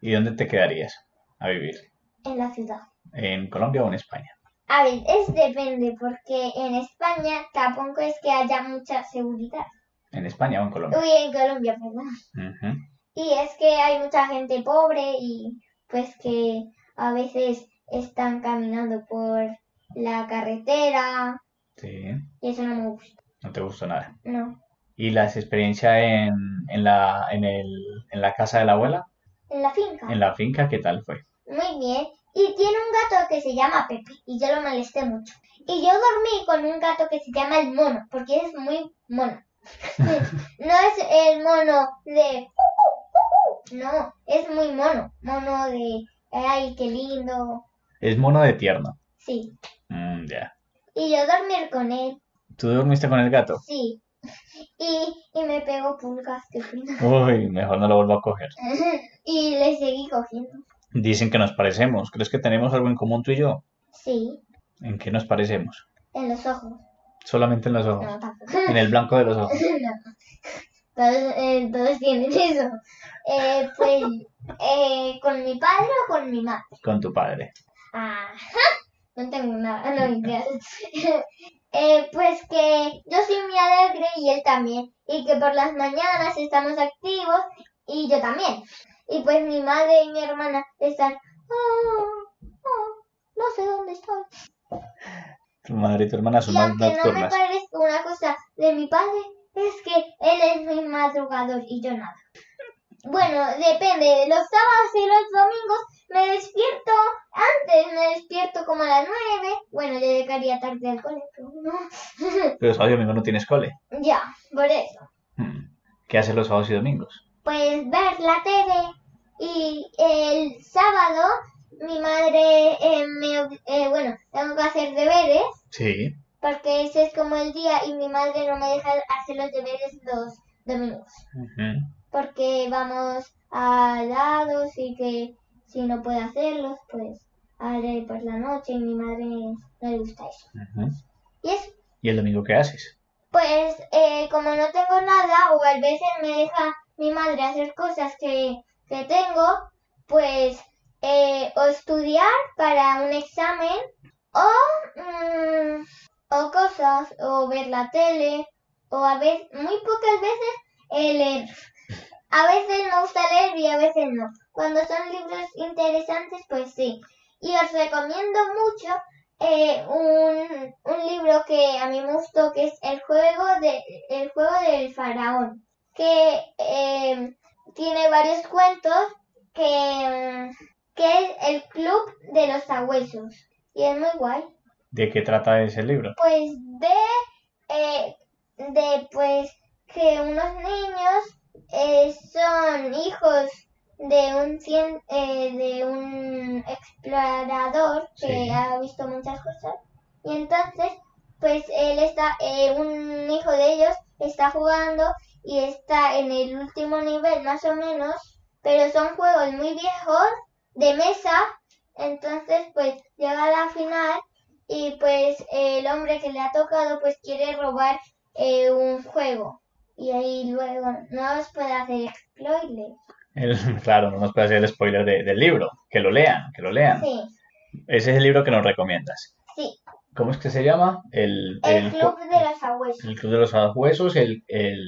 Speaker 1: ¿Y dónde te quedarías a vivir?
Speaker 2: En la ciudad.
Speaker 1: ¿En Colombia o en España?
Speaker 2: A ver, es depende, porque en España tampoco es que haya mucha seguridad.
Speaker 1: ¿En España o en Colombia?
Speaker 2: Uy, en Colombia, perdón.
Speaker 1: Ujú.
Speaker 2: Y es que hay mucha gente pobre y pues que a veces están caminando por la carretera
Speaker 1: Sí.
Speaker 2: y eso no me gusta.
Speaker 1: No te gustó nada.
Speaker 2: No.
Speaker 1: ¿Y las experiencias en, en la, en, el, en la casa de la abuela?
Speaker 2: En la finca.
Speaker 1: ¿En la finca? ¿Qué tal fue?
Speaker 2: Muy bien. Y tiene un gato que se llama Pepe y yo lo molesté mucho. Y yo dormí con un gato que se llama el mono porque es muy mono. no es el mono de... No, es muy mono. Mono de... Ay, qué lindo.
Speaker 1: Es mono de tierno.
Speaker 2: Sí.
Speaker 1: Mm, ya.
Speaker 2: Y yo dormir con él.
Speaker 1: ¿Tú dormiste con el gato?
Speaker 2: Sí. Y, y me pegó pulgas, qué pena.
Speaker 1: Uy, mejor no lo vuelvo a coger.
Speaker 2: y le seguí cogiendo.
Speaker 1: Dicen que nos parecemos. ¿Crees que tenemos algo en común tú y yo?
Speaker 2: Sí,
Speaker 1: ¿En qué nos parecemos?
Speaker 2: en los ojos.
Speaker 1: Solamente en los ojos.
Speaker 2: No, tampoco.
Speaker 1: En el blanco de los ojos.
Speaker 2: No. Todos, eh, todos tienen eso. Eh, pues, eh, ¿con mi padre o con mi madre?
Speaker 1: Con tu padre.
Speaker 2: Ajá. No tengo nada, no mentiras. Eh, pues que yo soy muy alegre y él también. Y que por las mañanas estamos activos y yo también. Y pues mi madre y mi hermana están... "Oh, oh, no sé dónde estoy.
Speaker 1: Tu madre y tu hermana son
Speaker 2: Y
Speaker 1: más
Speaker 2: aunque no me
Speaker 1: nocturnas.
Speaker 2: parezca una cosa de mi padre, es que él es mi madrugador y yo nada. Bueno, depende. Los sábados y los domingos me despierto antes, me despierto como a las nueve. Bueno, yo llegaría tarde al colegio, ¿no?
Speaker 1: Pero sábado y domingo no tienes cole.
Speaker 2: ya, por eso.
Speaker 1: Hmm. ¿Qué haces los sábados y domingos?
Speaker 2: Pues ver la tele. Y el sábado mi madre eh, me... ob- eh, bueno, tengo que hacer deberes.
Speaker 1: Sí.
Speaker 2: Porque ese es como el día y mi madre no me deja hacer los deberes los domingos.
Speaker 1: Ujú.
Speaker 2: Porque vamos a dados y que si no puedo hacerlos, pues haré por la noche y mi madre no le gusta eso.
Speaker 1: Ujú.
Speaker 2: Y es
Speaker 1: ¿Y el domingo qué haces?
Speaker 2: Pues eh, como no tengo nada o a veces me deja mi madre hacer cosas que, que tengo, pues eh, o estudiar para un examen o, mm, o cosas, o ver la tele, o a veces, muy pocas veces eh, leer. A veces me gusta leer y a veces no. Cuando son libros interesantes, pues sí. Y os recomiendo mucho eh, un, un libro que a mí me gustó, que es El juego, de, el juego del faraón, que eh, tiene varios cuentos que, mm, que es El Club de los Sabuesos. Y es muy guay.
Speaker 1: ¿De qué trata ese libro?
Speaker 2: Pues de, eh, de pues que unos niños eh, son hijos de un cien- eh, de un explorador que
Speaker 1: Sí.
Speaker 2: ha visto muchas cosas y entonces pues él está eh, un hijo de ellos está jugando y está en el último nivel más o menos pero son juegos muy viejos de mesa entonces pues llega a la final y pues el hombre que le ha tocado pues quiere robar eh, un juego y ahí luego no os puede hacer spoiler
Speaker 1: El- claro, no nos puede hacer el spoiler de- del libro. Que lo lean, que lo lean.
Speaker 2: sí
Speaker 1: Ese es el libro que nos recomiendas.
Speaker 2: Sí.
Speaker 1: ¿Cómo es que se llama? El,
Speaker 2: El
Speaker 1: el-
Speaker 2: club de los abuelos.
Speaker 1: el Club de los Sabuesos, el, el,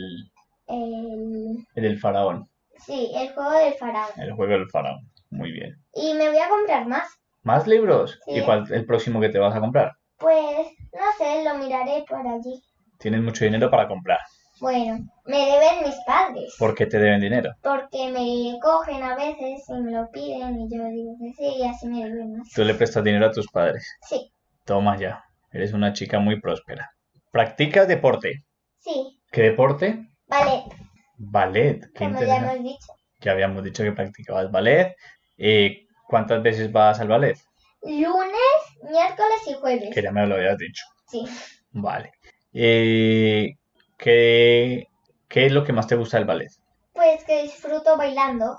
Speaker 2: El-
Speaker 1: el del faraón.
Speaker 2: sí, el juego del faraón.
Speaker 1: El juego del faraón. Muy bien.
Speaker 2: Y me voy a comprar más.
Speaker 1: ¿Más libros?
Speaker 2: Sí.
Speaker 1: ¿Y cuál es el próximo que te vas a comprar?
Speaker 2: Pues, no sé, lo miraré por allí.
Speaker 1: Tienes mucho dinero para comprar.
Speaker 2: Bueno, me deben mis padres.
Speaker 1: ¿Por qué te deben dinero?
Speaker 2: Porque me cogen a veces y me lo piden y yo digo que sí y así me deben más.
Speaker 1: Tú le prestas dinero a tus padres.
Speaker 2: Sí,
Speaker 1: Toma ya. Eres una chica muy próspera. ¿Practicas deporte?
Speaker 2: sí,
Speaker 1: ¿Qué deporte?
Speaker 2: vale,
Speaker 1: Ballet. Qué
Speaker 2: como ya
Speaker 1: interesante.
Speaker 2: hemos dicho.
Speaker 1: Ya habíamos dicho que practicabas ballet. Eh, ¿cuántas veces vas al ballet?
Speaker 2: Lunes, miércoles y jueves.
Speaker 1: Que ya me lo habías dicho.
Speaker 2: Sí.
Speaker 1: Vale. Eh, ¿qué, qué es lo que más te gusta del ballet?
Speaker 2: Pues que disfruto bailando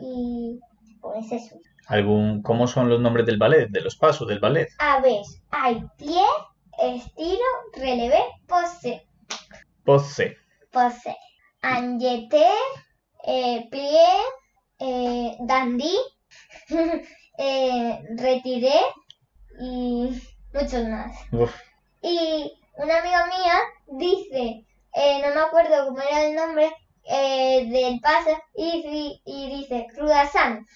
Speaker 2: y pues eso.
Speaker 1: ¿Algún, cómo son los nombres del ballet, de los pasos del ballet?
Speaker 2: A ver, hay pie, estiro, relevé, pose,
Speaker 1: Pose,
Speaker 2: pose, anjeté, eh, plie, eh, dandí, eh, retiré y muchos más.
Speaker 1: Uf,
Speaker 2: Y una amiga mía dice, eh, no me acuerdo cómo era el nombre eh, del paso, y, di- y dice, cruasán.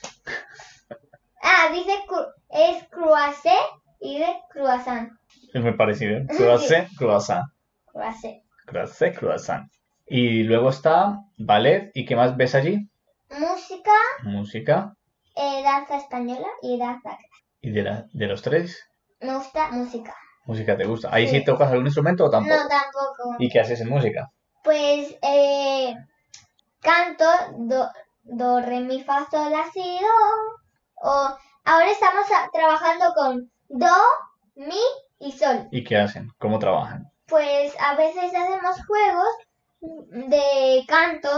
Speaker 2: Ah, dice, cru- es cruasé y dice cruasán.
Speaker 1: es muy parecido. Croissant, croissant,
Speaker 2: Croissant.
Speaker 1: croissant, croissant. Y luego está ballet, ¿y qué más ves allí?
Speaker 2: Música,
Speaker 1: Música,
Speaker 2: eh, danza española y danza.
Speaker 1: y de, la, de los tres,
Speaker 2: Me gusta música.
Speaker 1: música te gusta. ¿Ahí sí
Speaker 2: Sí.
Speaker 1: tocas algún instrumento o tampoco?
Speaker 2: No, tampoco.
Speaker 1: ¿Y qué haces en música?
Speaker 2: Pues eh, canto do, do, re, mi, fa, sol, la, si, do. O, ahora estamos a- trabajando con do, mi y sol.
Speaker 1: ¿Y qué hacen? ¿Cómo trabajan?
Speaker 2: Pues a veces hacemos juegos de canto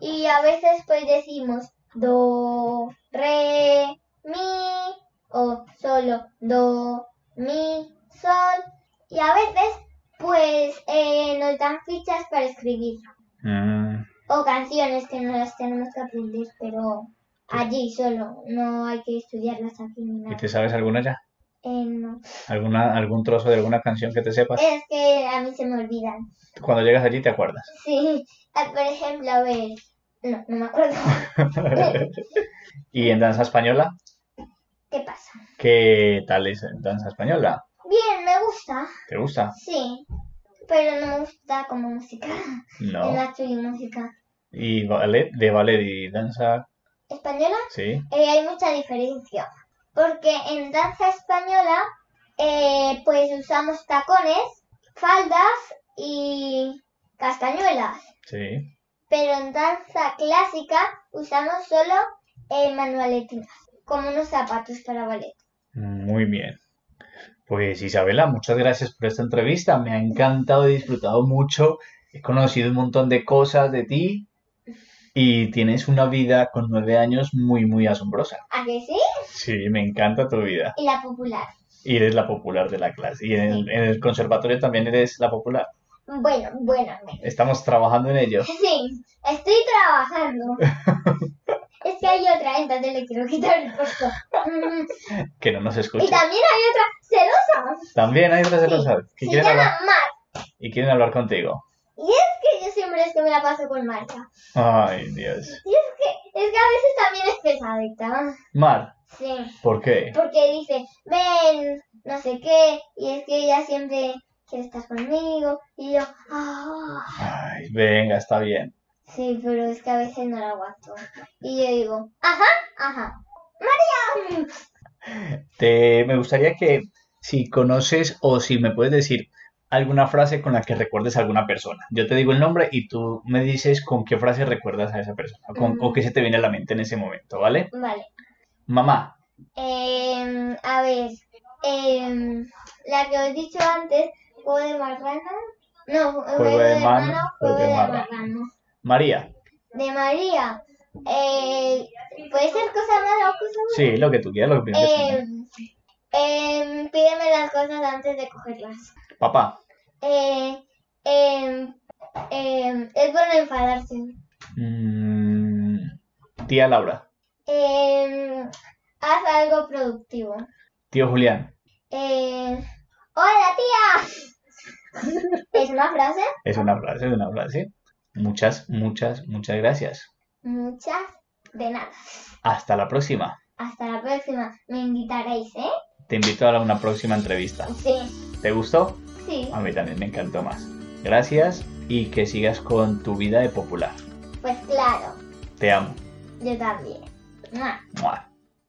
Speaker 2: y a veces pues decimos do, re, mi o solo do, mi, sol y a veces pues eh, nos dan fichas para escribir
Speaker 1: Mm,
Speaker 2: o canciones que no las tenemos que aprender pero allí solo no hay que estudiarlas aquí ni
Speaker 1: ¿Y
Speaker 2: nada.
Speaker 1: te sabes alguna ya?
Speaker 2: Eh, no.
Speaker 1: ¿Alguna, algún trozo de alguna canción que te sepas?
Speaker 2: Es que a mí se me olvidan.
Speaker 1: Cuando llegas allí te acuerdas.
Speaker 2: Sí, ah, por ejemplo, a ver, no, no me acuerdo. Eh.
Speaker 1: ¿Y en danza española?
Speaker 2: ¿Qué pasa?
Speaker 1: ¿Qué tal es danza española?
Speaker 2: Bien, me gusta,
Speaker 1: ¿Te gusta?
Speaker 2: sí, pero no me gusta como música, es
Speaker 1: No.
Speaker 2: la chuli música.
Speaker 1: ¿Y ballet? ¿De ballet y danza?
Speaker 2: Española
Speaker 1: Sí.
Speaker 2: eh, hay mucha diferencia, porque en danza española eh, pues usamos tacones, faldas y castañuelas,
Speaker 1: Sí.
Speaker 2: pero en danza clásica usamos solo eh, manualetinas, como unos zapatos para ballet.
Speaker 1: Muy bien. Pues Isabela, muchas gracias por esta entrevista. Me ha encantado, he disfrutado mucho. He conocido un montón de cosas de ti. Y tienes una vida con nueve años muy, muy asombrosa.
Speaker 2: ¿A que sí?
Speaker 1: Sí, me encanta tu vida.
Speaker 2: Y la popular.
Speaker 1: Y eres la popular de la clase. Y en,
Speaker 2: Sí.
Speaker 1: en el conservatorio también eres la popular.
Speaker 2: Bueno, bueno,
Speaker 1: Estamos trabajando en ello.
Speaker 2: sí, estoy trabajando. es que hay otra, entonces le quiero quitar el puesto. Mm,
Speaker 1: Que no nos
Speaker 2: y
Speaker 1: escucha.
Speaker 2: también hay otra celosa.
Speaker 1: También hay otras cosas que
Speaker 2: Se
Speaker 1: quieren
Speaker 2: llama
Speaker 1: hablar
Speaker 2: Mar.
Speaker 1: y quieren hablar contigo.
Speaker 2: Y es que yo siempre es que me la paso con Marta.
Speaker 1: Ay, Dios.
Speaker 2: Y es que, es que a veces también es pesadita.
Speaker 1: Mar,
Speaker 2: Sí.
Speaker 1: ¿por qué?
Speaker 2: Porque dice, ven, no sé qué, y es que ella siempre quiere estar conmigo, y yo, ah,
Speaker 1: Ay, venga, está bien.
Speaker 2: sí, pero es que a veces no la aguanto. Y yo digo, ajá, ajá, María,
Speaker 1: Te, me gustaría que si conoces o si me puedes decir alguna frase con la que recuerdes a alguna persona. Yo te digo el nombre y tú me dices con qué frase recuerdas a esa persona o con,
Speaker 2: Mm.
Speaker 1: o qué se te viene a la mente en ese momento, ¿vale?
Speaker 2: vale,
Speaker 1: Mamá,
Speaker 2: em, a ver, em, la que os he dicho antes, juego de marrano, no, juego,
Speaker 1: de
Speaker 2: de
Speaker 1: mano,
Speaker 2: mano,
Speaker 1: juego
Speaker 2: juego
Speaker 1: de
Speaker 2: de
Speaker 1: marrano.
Speaker 2: marrano.
Speaker 1: María,
Speaker 2: De María, eh, puede ser cosa mala o cosa buena.
Speaker 1: sí, lo que tú quieras, lo que pienses.
Speaker 2: Em, em, pídeme las cosas antes de cogerlas.
Speaker 1: Papá,
Speaker 2: Eh, em, em, es bueno enfadarse.
Speaker 1: mm, tía Laura,
Speaker 2: Em, haz algo productivo.
Speaker 1: tío Julián,
Speaker 2: Eh, ¡Hola, tía! ¿Es una frase?
Speaker 1: es una frase, es una frase. Muchas, muchas, muchas gracias.
Speaker 2: Muchas de nada.
Speaker 1: Hasta la próxima.
Speaker 2: Hasta la próxima. Me invitaréis, ¿eh?
Speaker 1: Te invito a una próxima entrevista.
Speaker 2: Sí,
Speaker 1: ¿Te gustó?
Speaker 2: sí.
Speaker 1: A mí también me encantó más. Gracias y que sigas con tu vida de popular.
Speaker 2: Pues claro,
Speaker 1: Te amo.
Speaker 2: yo también. ¡Mua!
Speaker 1: Mua.